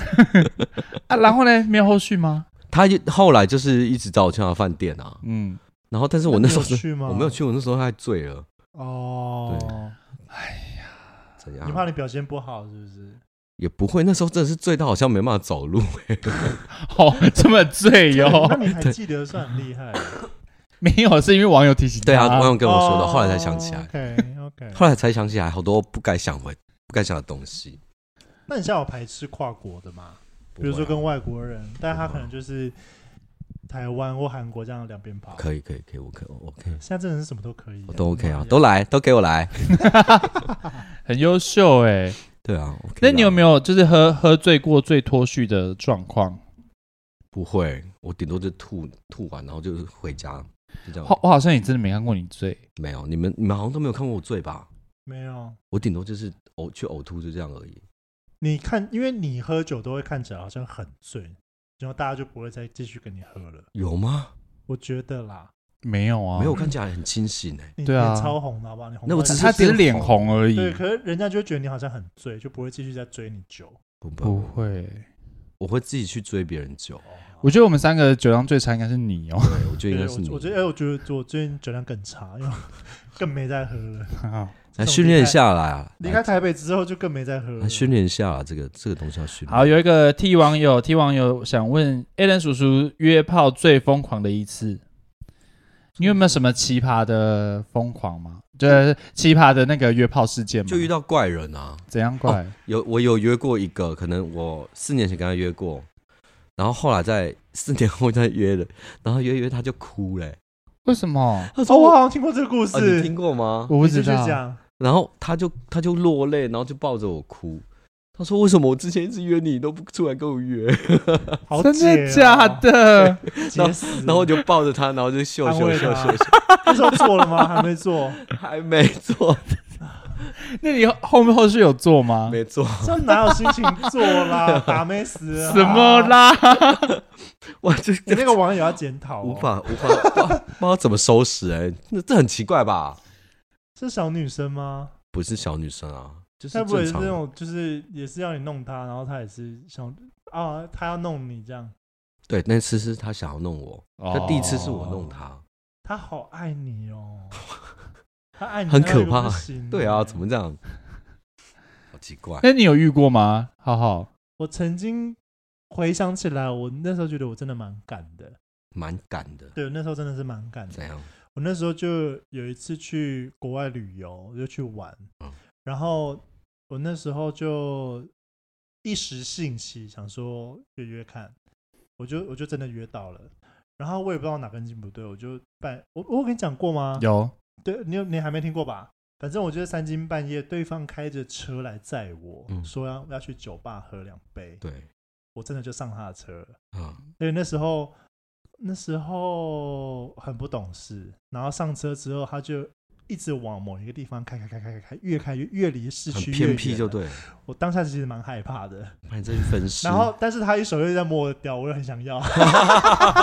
A: 啊，然后呢？没有后续吗？
C: 他就后来就是一直找我去他的饭店啊，
A: 嗯，
C: 然后但是我那时候
B: 你有
C: 是
B: 去吗？
C: 我没有去，我那时候太醉了，
B: 哦。
C: 怎
B: 你怕
C: 样？
B: 你表现不好是不是？
C: 也不会，那时候真的是醉到好像没办法走路。
A: 哦，这么醉哟、
B: 那你还记得算很厉害。
A: 没有，是因为网友提醒他
C: 对啊，网友跟我说的，
B: 哦
C: 后来才想起来，
B: OK OK，
C: 后来才想起来好多不该想回、不该想的东西。
B: 那你像有排斥跨国的吗？
C: 不
B: 比如说
C: 会啊
B: 跟外国人，但他
C: 不
B: 可
C: 会啊
B: 能就是台湾或韩国这样两边跑。
C: 可以可以可以，我可我 OK，
B: 现在真的是什么都可以啊、
C: 我都 OK
B: 妈，
C: 啊
B: 呀
C: 都来，都给我来。
A: 很优秀哎、欸
C: 对啊，OK 啦。
A: 那你有没有就是喝喝醉过最脱序的状况？
C: 不会？我顶多就吐吐完，然后就回家，就这样
A: 我。我好像也真的没看过你醉。
C: 没有，你们你们好像都没有看过我醉吧？
B: 没有。
C: 我顶多就是呕去呕吐，就这样而已。
B: 你看，因为你喝酒都会看起来好像很醉，然后大家就不会再继续跟你喝了。
C: 有吗？
B: 我觉得啦，
A: 没有啊，
C: 没有，我看起来很清醒哎、
B: 你
A: 对啊
B: 脸超红的好不好？你红
C: 那我
B: 到
C: 只是
A: 他只是脸
C: 变
A: 红而已，
B: 对，可是人家就会觉得你好像很醉，就不会继续再追你酒。
C: 不
A: 不
C: 不，
A: 会。
C: 我会自己去追别人酒。
A: 我觉得我们三个酒量最差应该是你哦。
C: 对，我觉得应该是
B: 对
C: 你。
B: 我我觉得，哎我觉得我最近酒量更差，因为更没在喝了。
A: 哦
C: 来训练一下啦，
B: 离开嗯
C: 来
B: 台北之后就更没在喝了
C: 来。训练一下啦，这个这个东西要训练。
A: 好，有一个 T 网友，T 网友想问 a l n 叔叔约炮最疯狂的一次，你有没有什么奇葩的疯狂吗？就是奇葩的那个约炮事件吗？
C: 就遇到怪人啊，
A: 怎样怪？
C: 有我有约过一个，可能我四年前跟他约过，然后后来在四年后再约了，然后约约他就哭嘞、
A: 为什么？
C: 他
B: 哦，
C: 说
B: 我
C: 我、
B: 好像听过这个故
C: 啊你
B: 事
C: 听，过吗？
A: 我不
B: 我
A: 知道。
B: 讲，
C: 然后他就他就落泪，然后就抱着我哭。他说：“为什么我之前一直约你，你都不出来跟我约
B: 好
A: 真的
B: 解哦
A: 假？的？
B: 解死！？”
C: 然后我就抱着他，然后就秀
B: 安
C: 秀
B: 慰
C: 秀
B: 他
C: 秀秀，
B: 那时候做了吗？还没 做，
C: 还没做，
B: 啊
A: 那你后后面后续有做吗？
C: 没做，
B: 这哪有心情做 啦？打没死啊
A: 什么？啦？
C: 哇，这
B: 你
C: 这
B: 那个网友要检讨哦，
C: 无法无法不知道不知道怎么收拾哎、那这很奇怪吧？
B: 是小女生吗？
C: 不是小女生啊，就是
B: 该不会
C: 正
B: 是
C: 常
B: 那
C: 的。
B: 种，就是也是要你弄她，然后她也是想啊，她要弄你这样，
C: 对，那次是他想要弄我，
A: 哦
C: 那第一次是我弄他。
B: 哦她好爱你 哦，她爱你
C: 很
B: 到一个
C: 可怕
B: 不行
C: 对啊，怎
B: 欸
C: 么这样？好奇怪。
A: 那你有遇过吗？浩浩，
B: 我曾经回想起来，我那时候觉得我真的蛮敢的，
C: 蛮赶的，
B: 对，那时候真的是蛮敢的
C: 怎。样？
B: 我那时候就有一次去国外旅游，我就去玩，
C: 嗯
B: 然后我那时候就一时兴起，想说约约看，我就我就真的约到了。然后我也不知道哪根筋不对，我就半我我有跟你讲过
C: 啊
B: 吗？
A: 有
B: 对，你有你还没听过吧？反正我就是三更半夜，对方开着车来载我，
C: 嗯
B: 说要要去酒吧喝两杯，
C: 对，
B: 我真的就上他的车了。
C: 啊，
B: 所以那时候那时候很不懂事，然后上车之后他就一直往某一个地方开开开开开开，越开越越离市
C: 很
B: 区越
C: 偏僻
B: 远
C: 就
B: 了。
C: 对了，
B: 我当下其实蛮害怕的，
C: 不然再去分尸。
B: 然后但是他一手又在摸我的屌，我又很想要，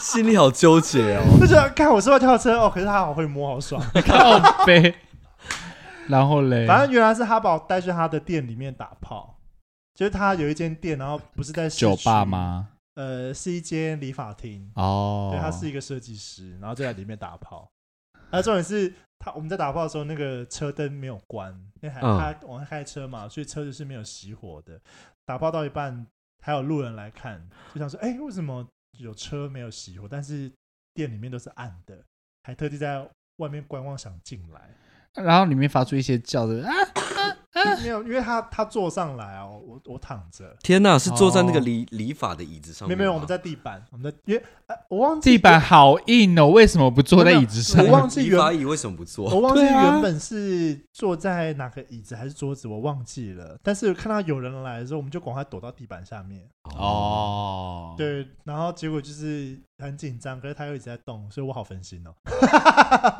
C: 心里好纠结哦。
B: 就觉得看我是不是要跳车哦，可是他好会摸，好爽。
A: 靠背，然后嘞，
B: 反正原来是他把我带去他的店里面打炮。就是他有一间店，然后不是在市
A: 酒吧
B: 区？
A: 吗？
B: 呃，是一间理发厅。
A: 哦，
B: 对，他是一个设计师，然后就在里面打炮。那重点是他我们在打炮的时候，那个车灯没有关，那台、
C: 嗯
B: 他我们开车嘛，所以车子是没有熄火的。打炮到一半，还有路人来看，就想说，哎、为什么有车没有熄火？但是店里面都是暗的，还特地在外面观望想进来。
A: 然后里面发出一些叫的啊，
B: 没有，因为他他坐上来啊，我我躺着，
C: 天哪，是坐在那个
A: 哦
C: 理理发的椅子上
B: 没
C: 面啊
B: 有没
C: 吗？
B: 有，我们在地板，我们在因为、呃、我忘记
A: 地板好硬哦，为什么不坐在椅子上
B: 我？忘记
C: 理
B: 原
C: 发椅为什么不坐？
B: 我忘记
A: 对啊
B: 原本是坐在哪个椅子还是桌子，我忘记了。但是看到有人来的时候，我们就赶快躲到地板下面。
C: 啊
A: 哦，，
B: 对，然后结果就是很紧张，可是他又一直在动，所以我好分心哦。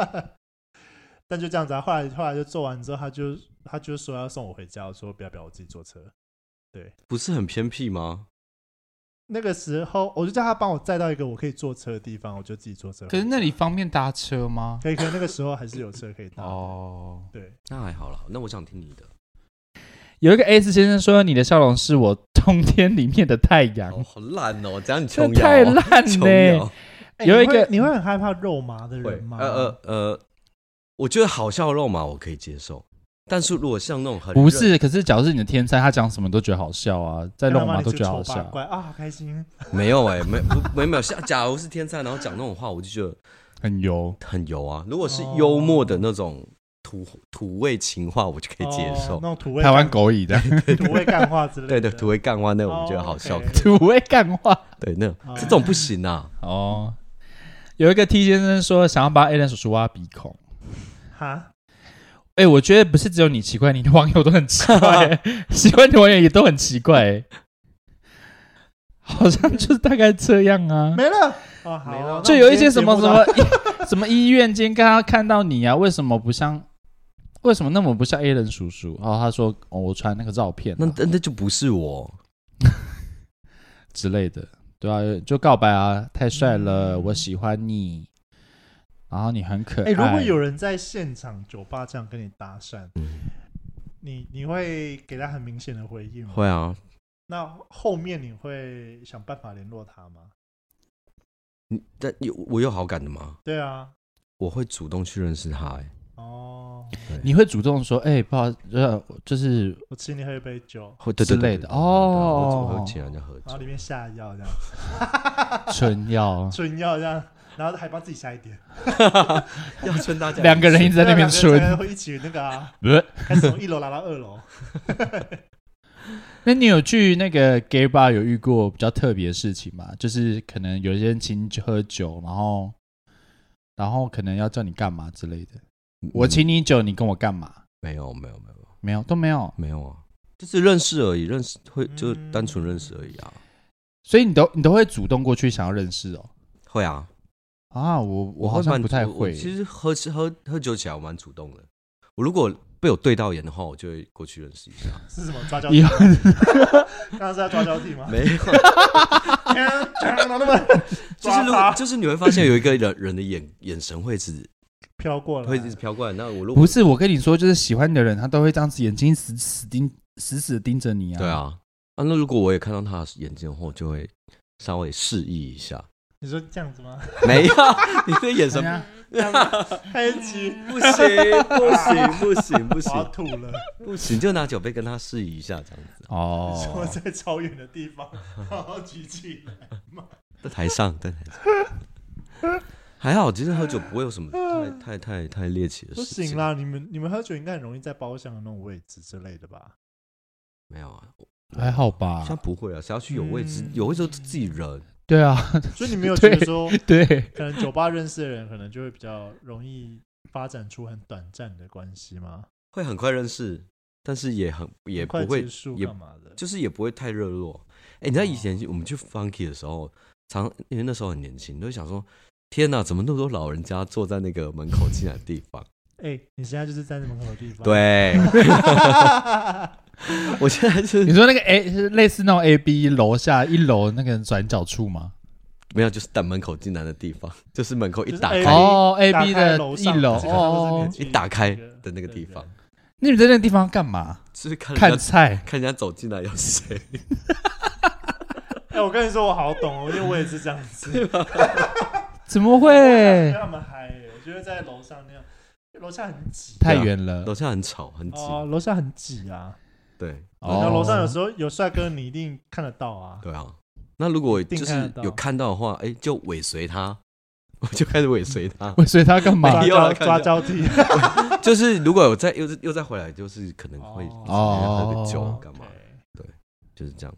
B: 但就这样子啊，后来后来就做完之后，他就他就说要送我回家，我说不要不要，我自己坐车。
C: 不是很偏僻吗？
B: 那个时候我就叫他帮我载到一个我可以坐车的地方，我就自己坐车回家。
A: 可是那里方便搭车吗？
B: 可以，可以那个时候还是有车可以搭。
A: 哦，
B: 对，
C: 那还好啦，那我想听你的。
A: 有一个 S 先生说：“你的笑容是我冬天里面的太阳。
C: 哦， 好烂哦，这样你
A: 这
C: 琼瑶
A: 太烂
C: 琼
A: 嘞、
C: 瑶。
B: 哎
A: 有
B: 你
A: 一
B: 会
A: 个
B: 你会很害怕肉麻的
C: 会
B: 人吗？
C: 呃呃呃，我觉得好笑肉麻我可以接受，但是如果像那种很
A: 不
C: 热
A: 是，可是假如是你的天才，他讲什么都觉得好笑啊，在
B: 干
A: 肉
B: 嘛
A: 麻
B: 你
A: 都
B: 是
A: 觉得好
B: 丑八
A: 笑。
B: 怪啊，好开心。
C: 没有哎、没不没没有像 假如是天才，然后讲那种话，我就觉得
A: 很油。
C: 很油啊。如果是幽默的那种土土味情话，我就可以接受。
B: 哦那种土味
A: 台湾
B: 干
A: 狗语的
B: 土味干话之类的。
C: 对对，土味干话那我
B: 哦
C: 觉得好笑。
B: OK
A: 土味干话
C: 对，那
B: 哦
C: 这种不行啊。
A: 哦。有一个 T 先生说想要把 a l n 叔叔挖鼻孔。
B: 哈，
A: 哎、我觉得不是只有你奇怪，你的网友都很奇怪、 喜欢你的网友也都很奇怪、好像就是大概这样啊。
B: 没了哦，好
C: 没了
B: 那
A: 就
B: 我
A: 有
B: 们
A: 一些
B: 今天
A: 什么
B: 节
A: 什
B: 目
A: 么
B: 到
A: 什么医 院今天刚刚看到你啊，为什么不像？为什么那么不像 A 人叔叔？然后他说：“哦，我传那个照片啊、
C: 那那那就不是我，
A: 之类的，对啊，就告白啊，太帅了，我喜欢你，然后你很可爱。
B: 嗯哎，如果有人在现场酒吧这样跟你搭讪，
C: 嗯
B: 你你会给他很明显的回应吗？
C: 会啊。
B: 那后面你会想办法联络他吗？
C: 你但有我有好感的吗？
B: 对啊，
C: 我会主动去认识他、欸。
B: 哦，
A: 你会主动说：“哎、不好，呃，就是
B: 我请你喝一杯酒，
C: 会对对
A: 之
C: 对
A: 类的
C: 对对对我
A: 哦
C: 我会请人家喝
B: 然后
C: 酒
B: 里。面下药这样，，
A: 春药
B: 春药这样，然后还帮自己下一点，
C: 要劝大家
A: 两个人一直在那边
B: 对啊两个
A: 春。
B: 人才会一起那个啊，
A: 不是，
B: 开始从一楼拉到二楼。
A: 那你有去那个 gay bar 有遇过比较特别的事情吗？就是可能有些人请你喝酒，然后然后可能要叫你干嘛之类的。我
C: 嗯
A: 请你酒，你跟我干嘛？
C: 没有没有没有
A: 没有，都没有。
C: 没有啊，就是认识而已，认识会
B: 嗯
C: 就单纯认识而已啊。
A: 所以你都你都会主动过去想要认识哦。
C: 会啊，
A: 啊，我我好
C: 会
A: 像
C: 蛮
A: 不太
C: 我我
A: 会。
C: 其实喝喝喝酒起来我蛮主动的，我如果被我对到眼的话，我就会过去认识一下。
B: 是什么抓交替
A: 以
B: 吗？
A: 后
B: 刚刚是在抓交替吗？
C: 没有，
B: 然后 那么
C: 就是
B: 抓
C: 如果
B: 他
C: 就是你会发现有一个人人的眼眼神会一直
B: 飘过来，
C: 会一直飘过来，那我 如果
A: 不是我跟你说，就是喜欢你的人，他都会这样子，眼睛死死盯死死的盯着你啊。
C: 对，啊啊，那如果我也看到他的眼睛的话，我就会稍微示意一下。
B: 你说这样子吗？
C: 没 有，你的眼神
A: 怎么
B: 啊
A: 样？
B: 开机，
C: 不行，不行，不行，不
B: 我要
C: 行，
B: 吐了，
C: 不行，就拿酒杯跟他示意一下这样子。
B: 说
A: 哦，
B: 在超远的地方，然后举 起来，
C: 在台上，在台上，还好，其实喝酒不会有什么太太太太猎奇的
B: 不
C: 事情。
B: 行，啦！你们你们喝酒应该很容易在包厢的那种位置之类的 吧？
C: 没有啊，我
A: 还好
C: 现
A: 吧
C: 在？不会啊，谁要去有位置
B: 嗯？
C: 有位置就自己人，
A: 对 啊，
B: 所以你没有觉得
A: 对
B: 说，
A: 对，
B: 可能酒吧认识的人，可能就会比较容易发展出很短暂的关系吗？
C: 会很快认识，但是也很也
B: 很
C: 不
B: 快
C: 会
B: 结，束
C: 也
B: 干嘛的？
C: 就是也不会太热络。哎，你知道以
B: 哦
C: 前我们去 Funky 的时候，常因为那时候很年轻，都会想说。天哪，怎么那么多老人家坐在那个门口进来的地 方？
B: 哎，你现在就是在门口的地方，，
C: 对， 我现在就是
A: 你说那个 A 是类似那种 A B 楼下一楼那个转角处吗？
C: 没有，就是等门口进来的地方，就是门口一打
B: 就是哎
C: 开，
B: A-
A: 哦，A
B: 打
A: B
B: 开
A: 的
B: 楼
A: 一
B: 上
A: 楼
B: 这个都是
A: 哦
B: 年，轻
C: 一打开
B: 那个
C: 的那
B: 对
C: 个地方
B: 对
A: 那你们在那个地方干嘛？
C: 就是看人
A: 看
C: 家
A: 菜
C: 看人家走进来有谁，
B: 哎、我跟你说，我好懂，哦，因为我也是这样子。
A: 怎么
B: 对，
A: 会？
C: 啊
B: 他们嗨耶，我觉得在楼上那样，楼下很挤
A: 太远了
C: 楼，下很吵很挤，
B: 哦，楼下很挤啊。
C: 对
B: 然后楼上有
A: 哦
B: 时候有帅哥，你一定看得到啊。
C: 对啊。那如果
B: 定
C: 就
B: 看得
C: 是
B: 到
C: 有看到的话，哎，就尾随他， 我就开始尾随他。
A: 我随他干嘛
B: 抓
C: 没？有
B: 交
C: 啊啦开
B: 抓
C: 玩笑
B: 交替，
C: 就是如果有再又又再回来，就是可能会
A: 哦
C: 喝个酒
A: 哦
C: 干嘛，就是这样，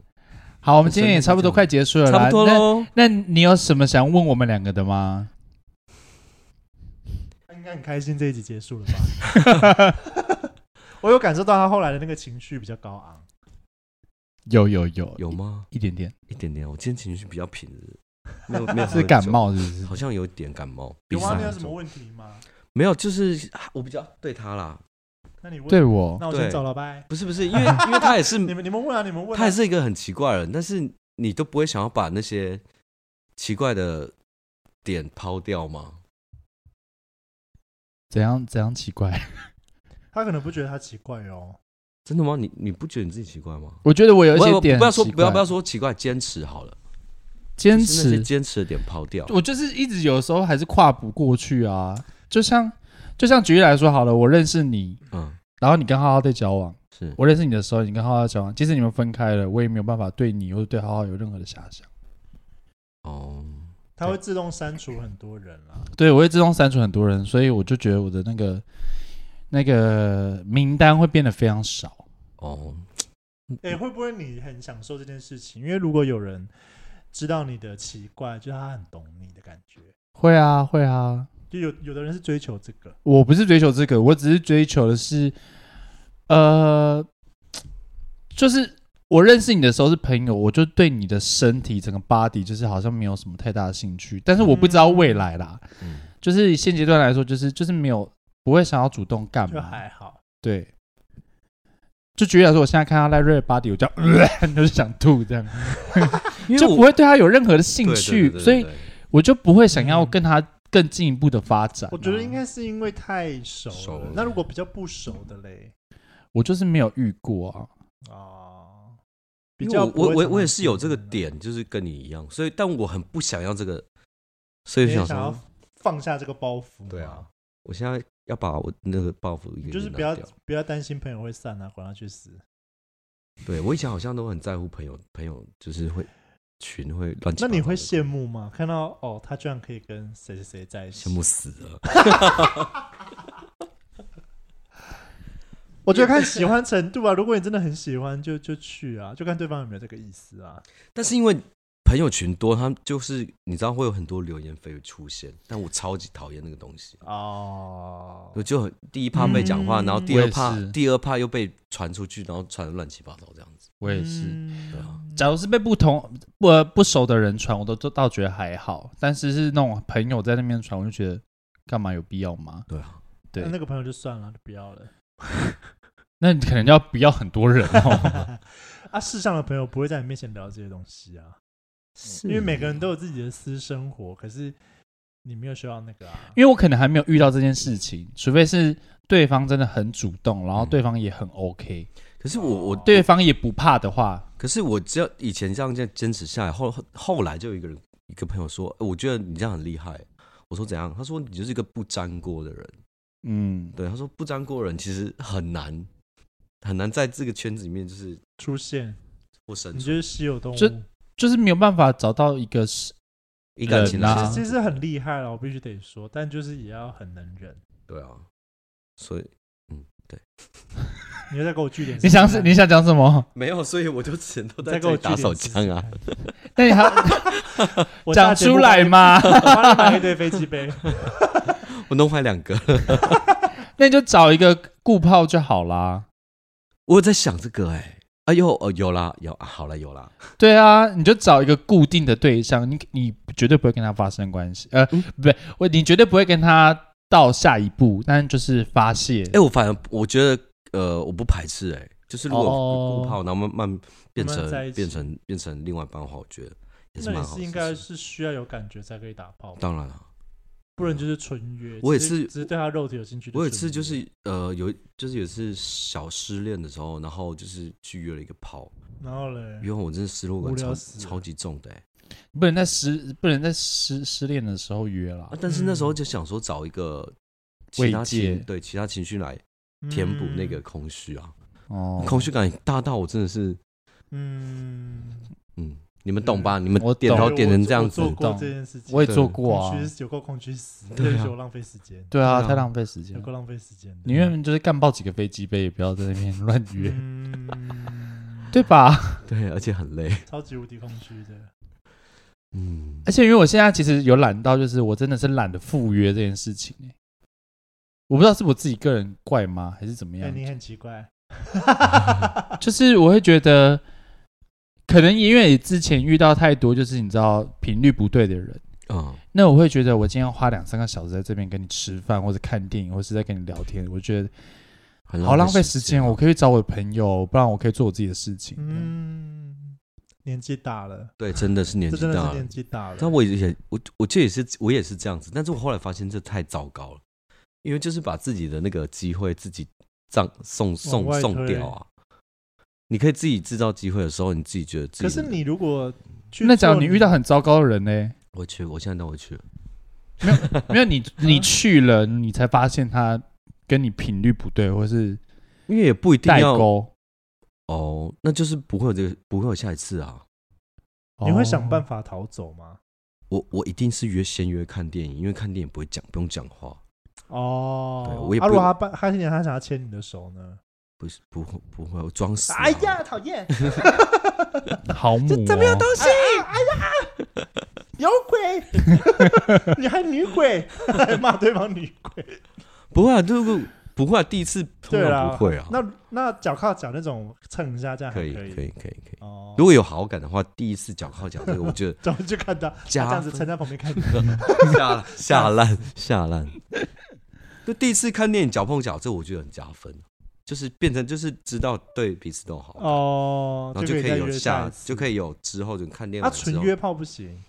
A: 好，我们今天也差不多快结束了啦，
C: 差不多喽。
A: 那。那你有什么想问我们两个的 吗？
B: 他应该很开心这一集结束了吧？ 我有感受到他后来的那个情绪比较高昂，
A: 有有有
C: 有吗？
A: 一点点，
C: 一点点，我今天情绪比较平，没有没有喝
A: 是
C: 酒
A: 感，冒是不是？
C: 好像有点感冒，鼻
B: 有
C: 塞
B: 吗？你有
C: 很
B: 什么
C: 重。
B: 问题吗？
C: 没有，就是啊我比较对他啦，
B: 那你问，
A: 对我
B: 那我先
C: 对
B: 走了，拜。
C: 不是不是， 因为因为他也是
B: 你们你们问啊，你们问啊，
C: 他也是一个很奇怪的人，但是你都不会想要把那些奇怪的点抛掉吗？
A: 怎样怎样奇怪？
B: 他可能不觉得他奇怪哦。
C: 真的吗？你你不觉得你自己奇怪吗？
A: 我觉得我有一
C: 不
A: 些
C: 要
A: 点
C: 不要说
A: 很奇
C: 不要
A: 怪
C: 不要说奇怪，坚持好了，
A: 坚
C: 就是那些
A: 持，
C: 坚持的点抛掉。
A: 我就是一直有时候还是跨不过去啊。就像就像举例来说好了，我认识你，
C: 嗯，
A: 然后你跟浩浩在交往，
C: 是
A: 我认识你的时候，你跟浩浩交往，即使你们分开了，我也没有办法对你或者对浩浩有任何的遐想。
C: 哦，
B: 他会自动删除很多人啊啦。
A: 对我会自动删除很多人，所以我就觉得我的那个那个名单会变得非常少。
C: 哦，
B: 哎、会不会你很享受这件事情？因为如果有人知道你的奇怪，就是他很懂你的感觉。
A: 会啊，会啊，
B: 就有有的人是追求这个，
A: 我不是追求这个，我只是追求的是，呃，就是我认识你的时候是朋友，我就对你的身体整个 body 就是好像没有什么太大的兴趣，但是我不知道未来啦，
C: 嗯，
A: 就是现阶段来说，就是就是没有不会想要主动干
B: 就
A: 嘛，
B: 还好。
A: 对。就举例来说，我现在看到赖瑞的 body，我就、 呃、就想吐，这样
C: 因
A: 就不会对他有任何的兴
C: 对
A: 趣，
C: 对对对
A: 所以
C: 对
A: 我就不会想要
B: 嗯
A: 跟他更进一步的发展啊、
B: 我觉得应该是因为太熟了。
C: 熟了
B: 那如果比较不熟的嘞，
A: 我就是没有遇过啊，
B: 哦，比
C: 因为
B: 较
C: 我
B: 不
C: 我
B: 会
C: 我
B: 常
C: 我也
B: 常
C: 是有这个
B: 见面啊，
C: 点，就是跟你一样，所以但我很不想要这个，所以
B: 你
C: 就
B: 也
C: 想
B: 想要
C: 说，
B: 放下这个包袱。
C: 对啊，我现在要把我那个报复一个一个
B: 就是
C: 拿
B: 不要
C: 掉
B: 不要担心朋友会散啊，管他去死。
C: 对我以前好像都很在乎朋友，朋友就是会群会乱七八糟的。
B: 那你会羡慕吗？看到哦，他居然可以跟谁谁谁在一起，
C: 羡慕死了？
B: 我觉得看喜欢程度啊， 如果你真的很喜欢，就就去啊，就看对方有没有这个意思啊。
C: 但是因为朋友群多，他们就是你知道会有很多流言蜚语出现，但我超级讨厌那个东西。
B: 哦，
C: 我就很第一怕被讲话，
B: 嗯
C: 然后第二
A: 我
C: 怕
A: 也是
C: 第二怕又被传出去，然后传得乱七八糟这样子。
A: 我也是。
B: 嗯
C: 对啊
A: 假如是被不同不不熟的人传，我都都倒觉得还好，但是是那种朋友在那边传，我就觉得干嘛有必要吗？
C: 对啊，
A: 对
B: 那那个朋友就算了，就不 要了。
A: 那你可能要不要很多人哦。
B: 啊，世上的朋友不会在你面前聊这些东西啊，
C: 是
B: 因为每个人都有自己的私生活，可是你没有需要那个啊。
A: 因为我可能还没有遇到这件事情，除非是对方真的很主动，然后对方也很 OK，、
C: 可是我我
A: 对方也不怕的话，
C: 可是我只要以前这样这样坚持下来，后后后来就有一个人一个朋友说、欸我觉得你这样很厉害。我说怎样？他说你就是一个不粘锅的人。
A: 嗯，
C: 对，他说不粘锅的人其实很难很难在这个圈子里面就是
B: 出现，
C: 不生
B: 你
C: 存。
B: 就是稀有动物，
A: 这就是没有办法找到一个是
C: 一感情
A: 人
C: 来
A: 啊
C: 说
B: 其实很厉害了，我必须得说，但就是也要很能忍。
C: 对啊，所以
B: 你又在给我据点
A: 你
B: 试试
A: 想
B: 看，
A: 是你想讲什么？
C: 没有，所以我就只能都
B: 你
C: 在
B: 再给
C: 这
B: 我
C: 里
B: 据
C: 打
B: 点
C: 手
B: 试试
C: 枪啊。
B: 看！
A: 那你还
B: 我下
A: 讲
B: 节目
A: 出
B: 帮
A: 来
B: 你？
A: 嘛？
B: 我帮你买一堆飞机杯，
C: 我弄坏两个，
A: 那你就找一个顾炮就好啦。
C: 我有在想这个哎、哎呦哦有啦有啊好了有啦，
A: 对啊，你就找一个固定的对象，你你绝对不会跟他发生关系，呃，
C: 嗯
A: 不对，我你绝对不会跟他到下一步，但就是发泄
C: 哎、。我反而我觉得呃我不排斥哎、就是如果
A: 哦
C: 不泡，然后慢慢变
B: 慢慢在一
C: 成
B: 起
C: 变成变成另外一半的话，我觉得也是
B: 那
C: 蛮
B: 你
C: 好
B: 是
C: 的
B: 应
C: 事
B: 该
C: 情。
B: 是需要有感觉才可以打炮吧，
C: 当然了，
B: 不然就是纯约。
C: 我也
B: 只
C: 是
B: 只是对他肉体有兴趣。
C: 我有一次就，是呃有一就是有一次小失恋的时候，然后就是去约了一个泡，
B: 然后嘞，
C: 因为我真的失落感
B: 无聊
C: 超
B: 死了
C: 超级重的哎、
A: 不能在失不能在失失恋的时候约啦
C: 啊，，但是那时候
B: 嗯
C: 就想说找一个
A: 慰
C: 其他
A: 藉
C: 情对其他情绪来填补
B: 嗯
C: 那个空虚啊，
B: 呃
A: 哦，
C: 空虚感大到我真的是
B: 嗯，嗯，
C: 嗯，你们懂吧？你们
A: 我
C: 点
A: 懂
C: 头
B: 我
C: 点成这样
B: 我
C: 子
B: 做，过
A: 懂
B: 这件事情，
A: 我也
C: 对
A: 做过啊
B: 空，虚有够空虚死，
C: 对啊
B: 对不起，我浪费时间，
A: 对啊，
C: 对啊
A: 太浪费时间
B: 有
A: 了。
B: 够浪费时间的。
A: 宁愿就是干爆几个飞机杯，也不要在那边乱约，
B: 嗯，
A: 对吧？
C: 对，而且很累。
B: 超级无敌空虚的。
C: 嗯，
A: 而且因为我现在其实有懒到，就是我真的是懒得赴约这件事情、欸、我不知道是我自己个人怪吗，还是怎么
B: 哎，
A: 样？
B: 你很奇 怪，
A: 就是我会觉得，可能因为之前遇到太多就是你知道频率不对的人，
B: 哎
C: 嗯，
A: 那我会觉得我今天要花两三个小时在这边跟你吃饭，或者看电影，或是在跟你聊天，我觉得
C: 很
A: 好浪费时
C: 时
A: 间。
C: 啊
B: 哦
A: 我可以去找我的朋友，不然我可以做我自己的事情。嗯，
B: 嗯，年纪大了，
C: 对，真的是年
B: 这
C: 纪
B: 真的
C: 大
B: 是
C: 了
B: 年。纪大了。
C: 但我也我我这也是我也是这样子，但是我后来发现这太糟糕了，因为就是把自己的那个机会自己葬送
B: 往
C: 送
B: 外
C: 送
B: 推
C: 掉啊。你可以自己制造机会的时候，你自己觉得自己
B: 可是
C: 能
B: 你如果去
A: 那假如
B: 做
A: 你遇到很糟糕的人呢？
C: 我去，我现在都会去了。
A: 没有你，你去了，你才发现他跟你频率不对，或是
C: 因为也不一定
A: 代
C: 要
A: 沟，
C: 哦，那就是不会有这个，不会有下一次啊。
B: 你会想办
A: 法。
B: 法逃走吗？
C: 我我一定是约先约看电影，因为看电影不会讲，不用讲话，
B: 哦，
C: 对我也
B: 啊，
C: 不
B: 如果他办，他今年他想要牵你的手呢？
C: 不是不会不会，我装 死、啊
B: 哎呀，，讨厌！
A: 好母、哦，
B: 西，哎呀，有鬼！ 你还女鬼，还骂对方女鬼。
C: 不会啊，如果不会啊，第一次通
B: 对
C: 常
B: 啦
C: 不会啊。
B: 那那脚靠脚那种蹭一下，这样还
C: 可以可
B: 可
C: 以
B: 以
C: 可以可以。
B: 哦。
C: 如果有好感的话，第一次脚靠脚这个，我 觉得
B: 怎么去看到他这
C: 加
B: 样子
C: 分
B: 撑在旁边看 你？
C: 下下烂下烂。就第一次看电影脚碰脚，这我觉得很加分，就是变成就是知道对彼此都好，
B: 哦
C: 然，后
B: 就
C: 就可
B: 再
C: 以有
B: 约
C: 下，
B: 次
C: 就可以有之后就看电影
B: 啊，
C: 完之
B: 纯
C: 后。
B: 约炮不行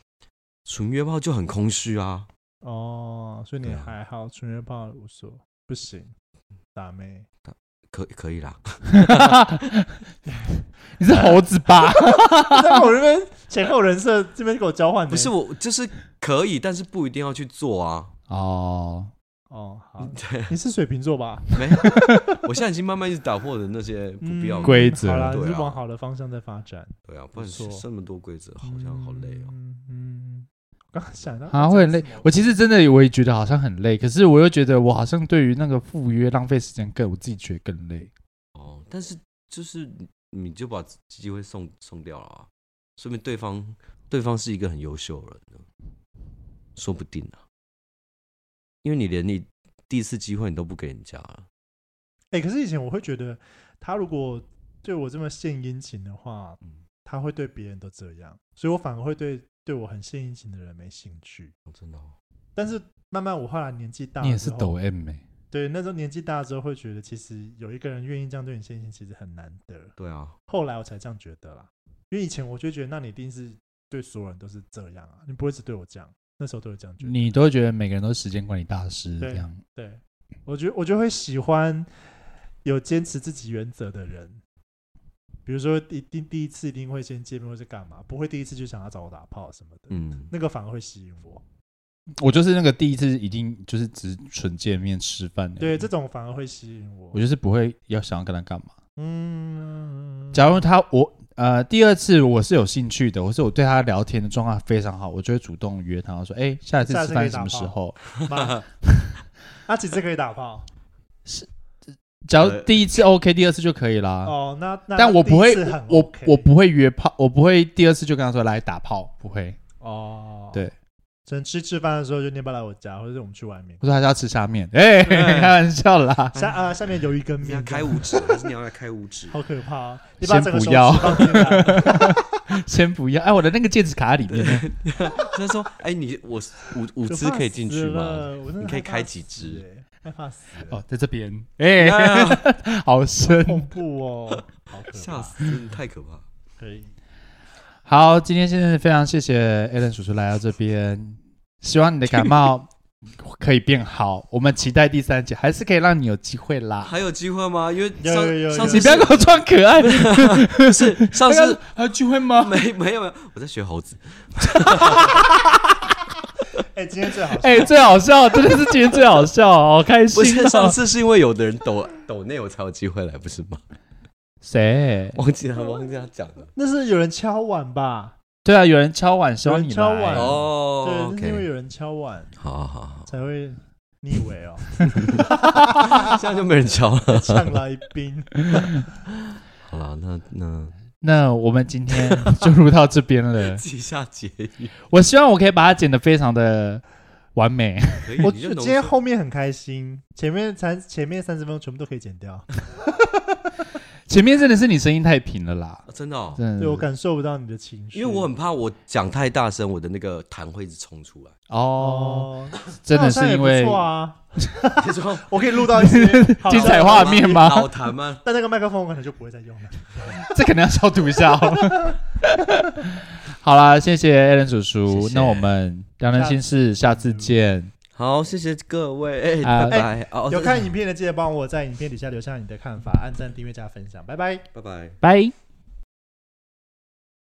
C: 纯约炮就很空虚啊，
B: 哦，所以你
C: 对啊
B: 还好，纯约炮无所不行，打 妹。
C: 可可以啦，
A: 你是猴子吧？
B: 在我这边前后人设这边给我交换的，
C: 不是我就是可以，但是不一定要去做啊。
A: 哦，
B: 哦，好，
C: 对，啊
B: 你是 水瓶座吧？
C: 没，我现在已经慢慢一直打破了那些不必
B: 嗯
C: 要的
A: 规则
B: 好啦，
C: 对
B: 你
C: 啊
B: 是往好的方向在发展，
C: 对啊，不然
B: 不错
C: 这么多规则好像好累哦。
B: 嗯。嗯，我刚刚想到
A: 啊，会很累。我其实真的我也觉得好像很累，可是我又觉得我好像对于那个赴约浪费时间更，我自己觉得更累。
C: 哦，但是就是你你就把机会送送掉了啊，说明对方对方是一个很优秀的人呢，说不定啊，因为你连你第一次机会你都不给人家了，
B: 哎、可是以前我会觉得，他如果对我这么献殷勤的话，
C: 嗯，
B: 他会对别人都这样，所以我反而会对对我很献殷勤的人没兴趣。
C: 真的、哦，
B: 但是慢慢我后来年纪大了
A: 你
B: 之后，
A: 也是抖 M 哎、
B: 对那时候年纪大了之后会觉得，其实有一个人愿意这样对你献殷勤，其实很难得。
C: 对啊，
B: 后来我才这样觉得啦，因为以前我就觉得，那你一定是对所有人都是这样啊，你不会只对我这样。那时候都是这样觉得。
A: 你都会觉得每个人都是时间管理大师
B: 对
A: 这样。
B: 对我觉我就会喜欢有坚持自己原则的人，比如说一定第一次一定会先见面或是干嘛，不会第一次就想要找我打炮什么的，
C: 嗯，
B: 那个反而会吸引我。
A: 嗯我就是那个第一次一定就是只纯见面吃饭而已，
B: 对，这种反而会吸引我
A: 我。就是不会要想要跟他干嘛。
B: 嗯，
A: 假如他我呃第二次我是有兴趣的，我是我对他聊天的状况非常好，我就会主动约他我说，哎、下一次
B: 下
A: 吃
B: 次可
A: 饭
B: 以
A: 什
B: 打
A: 么时
B: 炮
A: 候？
B: 妈 啊，几次可以打炮？
A: 假如
C: 呃
A: 第一次 OK，第二次就可以啦。
B: 哦，那那
A: 啊但
B: 那
A: 我
B: 第
A: 不
B: 一
A: 会
B: 次很
A: 我
B: OK
A: 我不会约炮，我不会第二次就跟他说来打炮，不会。
B: 哦，
A: 对，
B: 只能吃吃饭的时候就你要不要来我家，或者是我们去外面。
A: 我说还是要吃下面，哎、
C: 哎
A: 开玩笑啦。
B: 下啊、下面有一根
C: 你要
B: 面，
C: 开五指，还是你要来开五指？
B: 好可怕、啊！你把
A: 先
B: 整个
A: 不
B: 手指
A: 要
B: 放进 来。
A: 先不要，哎，我的那个戒指卡里面，
C: 他说，哎、你我五五
B: 可
C: 只
B: 怕
C: 可以进去
B: 死
C: 吗？
B: 了？我真的
C: 你可
B: 害
C: 以
B: 怕
C: 开几
B: 死
C: 只
B: 欸？害怕死了，
A: 哦，在这边，哎、
C: 哎
A: 好深。
B: 恐怖哦，好可怕
C: 吓、死，真的太可怕。
B: 可以，
A: 好，今天真的非常谢谢 Alan 叔叔来到这边，希望你的感冒 可以变好，我们期待第三集还是可以让你有机会啦。
C: 还有机会吗？因为
B: 有
C: 上
B: 有有
C: 上次
A: 你不要跟我装可爱，
C: 不是上
A: 刚
C: 次
A: 刚还有机会吗？
C: 没没有没有，我在学猴子。
B: 哎，今天最好笑，
A: 哎、最好笑，真的是今天最好笑， 好开
C: 不
A: 心、
C: 是上
A: 哦。
C: 次是因为有的人抖抖内我才有机会来，不是吗？
A: 谁？
C: 忘记他忘记他讲了，
B: 那是有人敲碗吧？
A: 对啊，有人敲碗希
B: 有
A: 望
B: 人
A: 你
B: 敲
A: 来
B: 碗
C: 哦
B: 对，就是因为
C: ，OK，哦
B: 有人敲碗
C: 好好好
B: 才会，你以为 哦，
C: 好， 现在就没人敲了。
B: 呛来宾，
C: 好了，那那
A: 那我们今天就录到这边
B: 哎
A: 了。
C: 自己下结语，
A: 我希望我可以把它剪得非常的完美。
C: 可以
B: 我
C: 你就
B: 我
C: 浓
B: 今天
C: 缩
B: 后面很开心，前面三前面三十分钟全部都可以剪掉，
A: 嗯前面真的是你声音太平了啦，
C: 啊真的哦，
A: 真的
B: 对我感受不到你的情绪，
C: 因为我很怕我讲太大声，我的那个痰会一直冲出来。
A: 哦，
B: 哦，
A: 真的是
B: 那好像也
A: 因
B: 不
A: 为
B: 错啊，
C: 你说
B: 我可以录到一 些好
A: 精彩画面吗
C: 老痰吗？
B: 但那个麦克风我可能就不会再用了。
A: 这可能要消毒一下哦。 好啦，谢谢 Alan 叔叔，
C: 谢谢
A: 那我们良人心事下次见。
B: 嗯
C: 好，谢谢各位，
A: 啊
C: 哎，拜拜。哦，
B: 有看影片的记得帮我在影片底下留下你的看法，按赞、订阅、加分享，拜拜。
C: 拜拜。
A: 拜。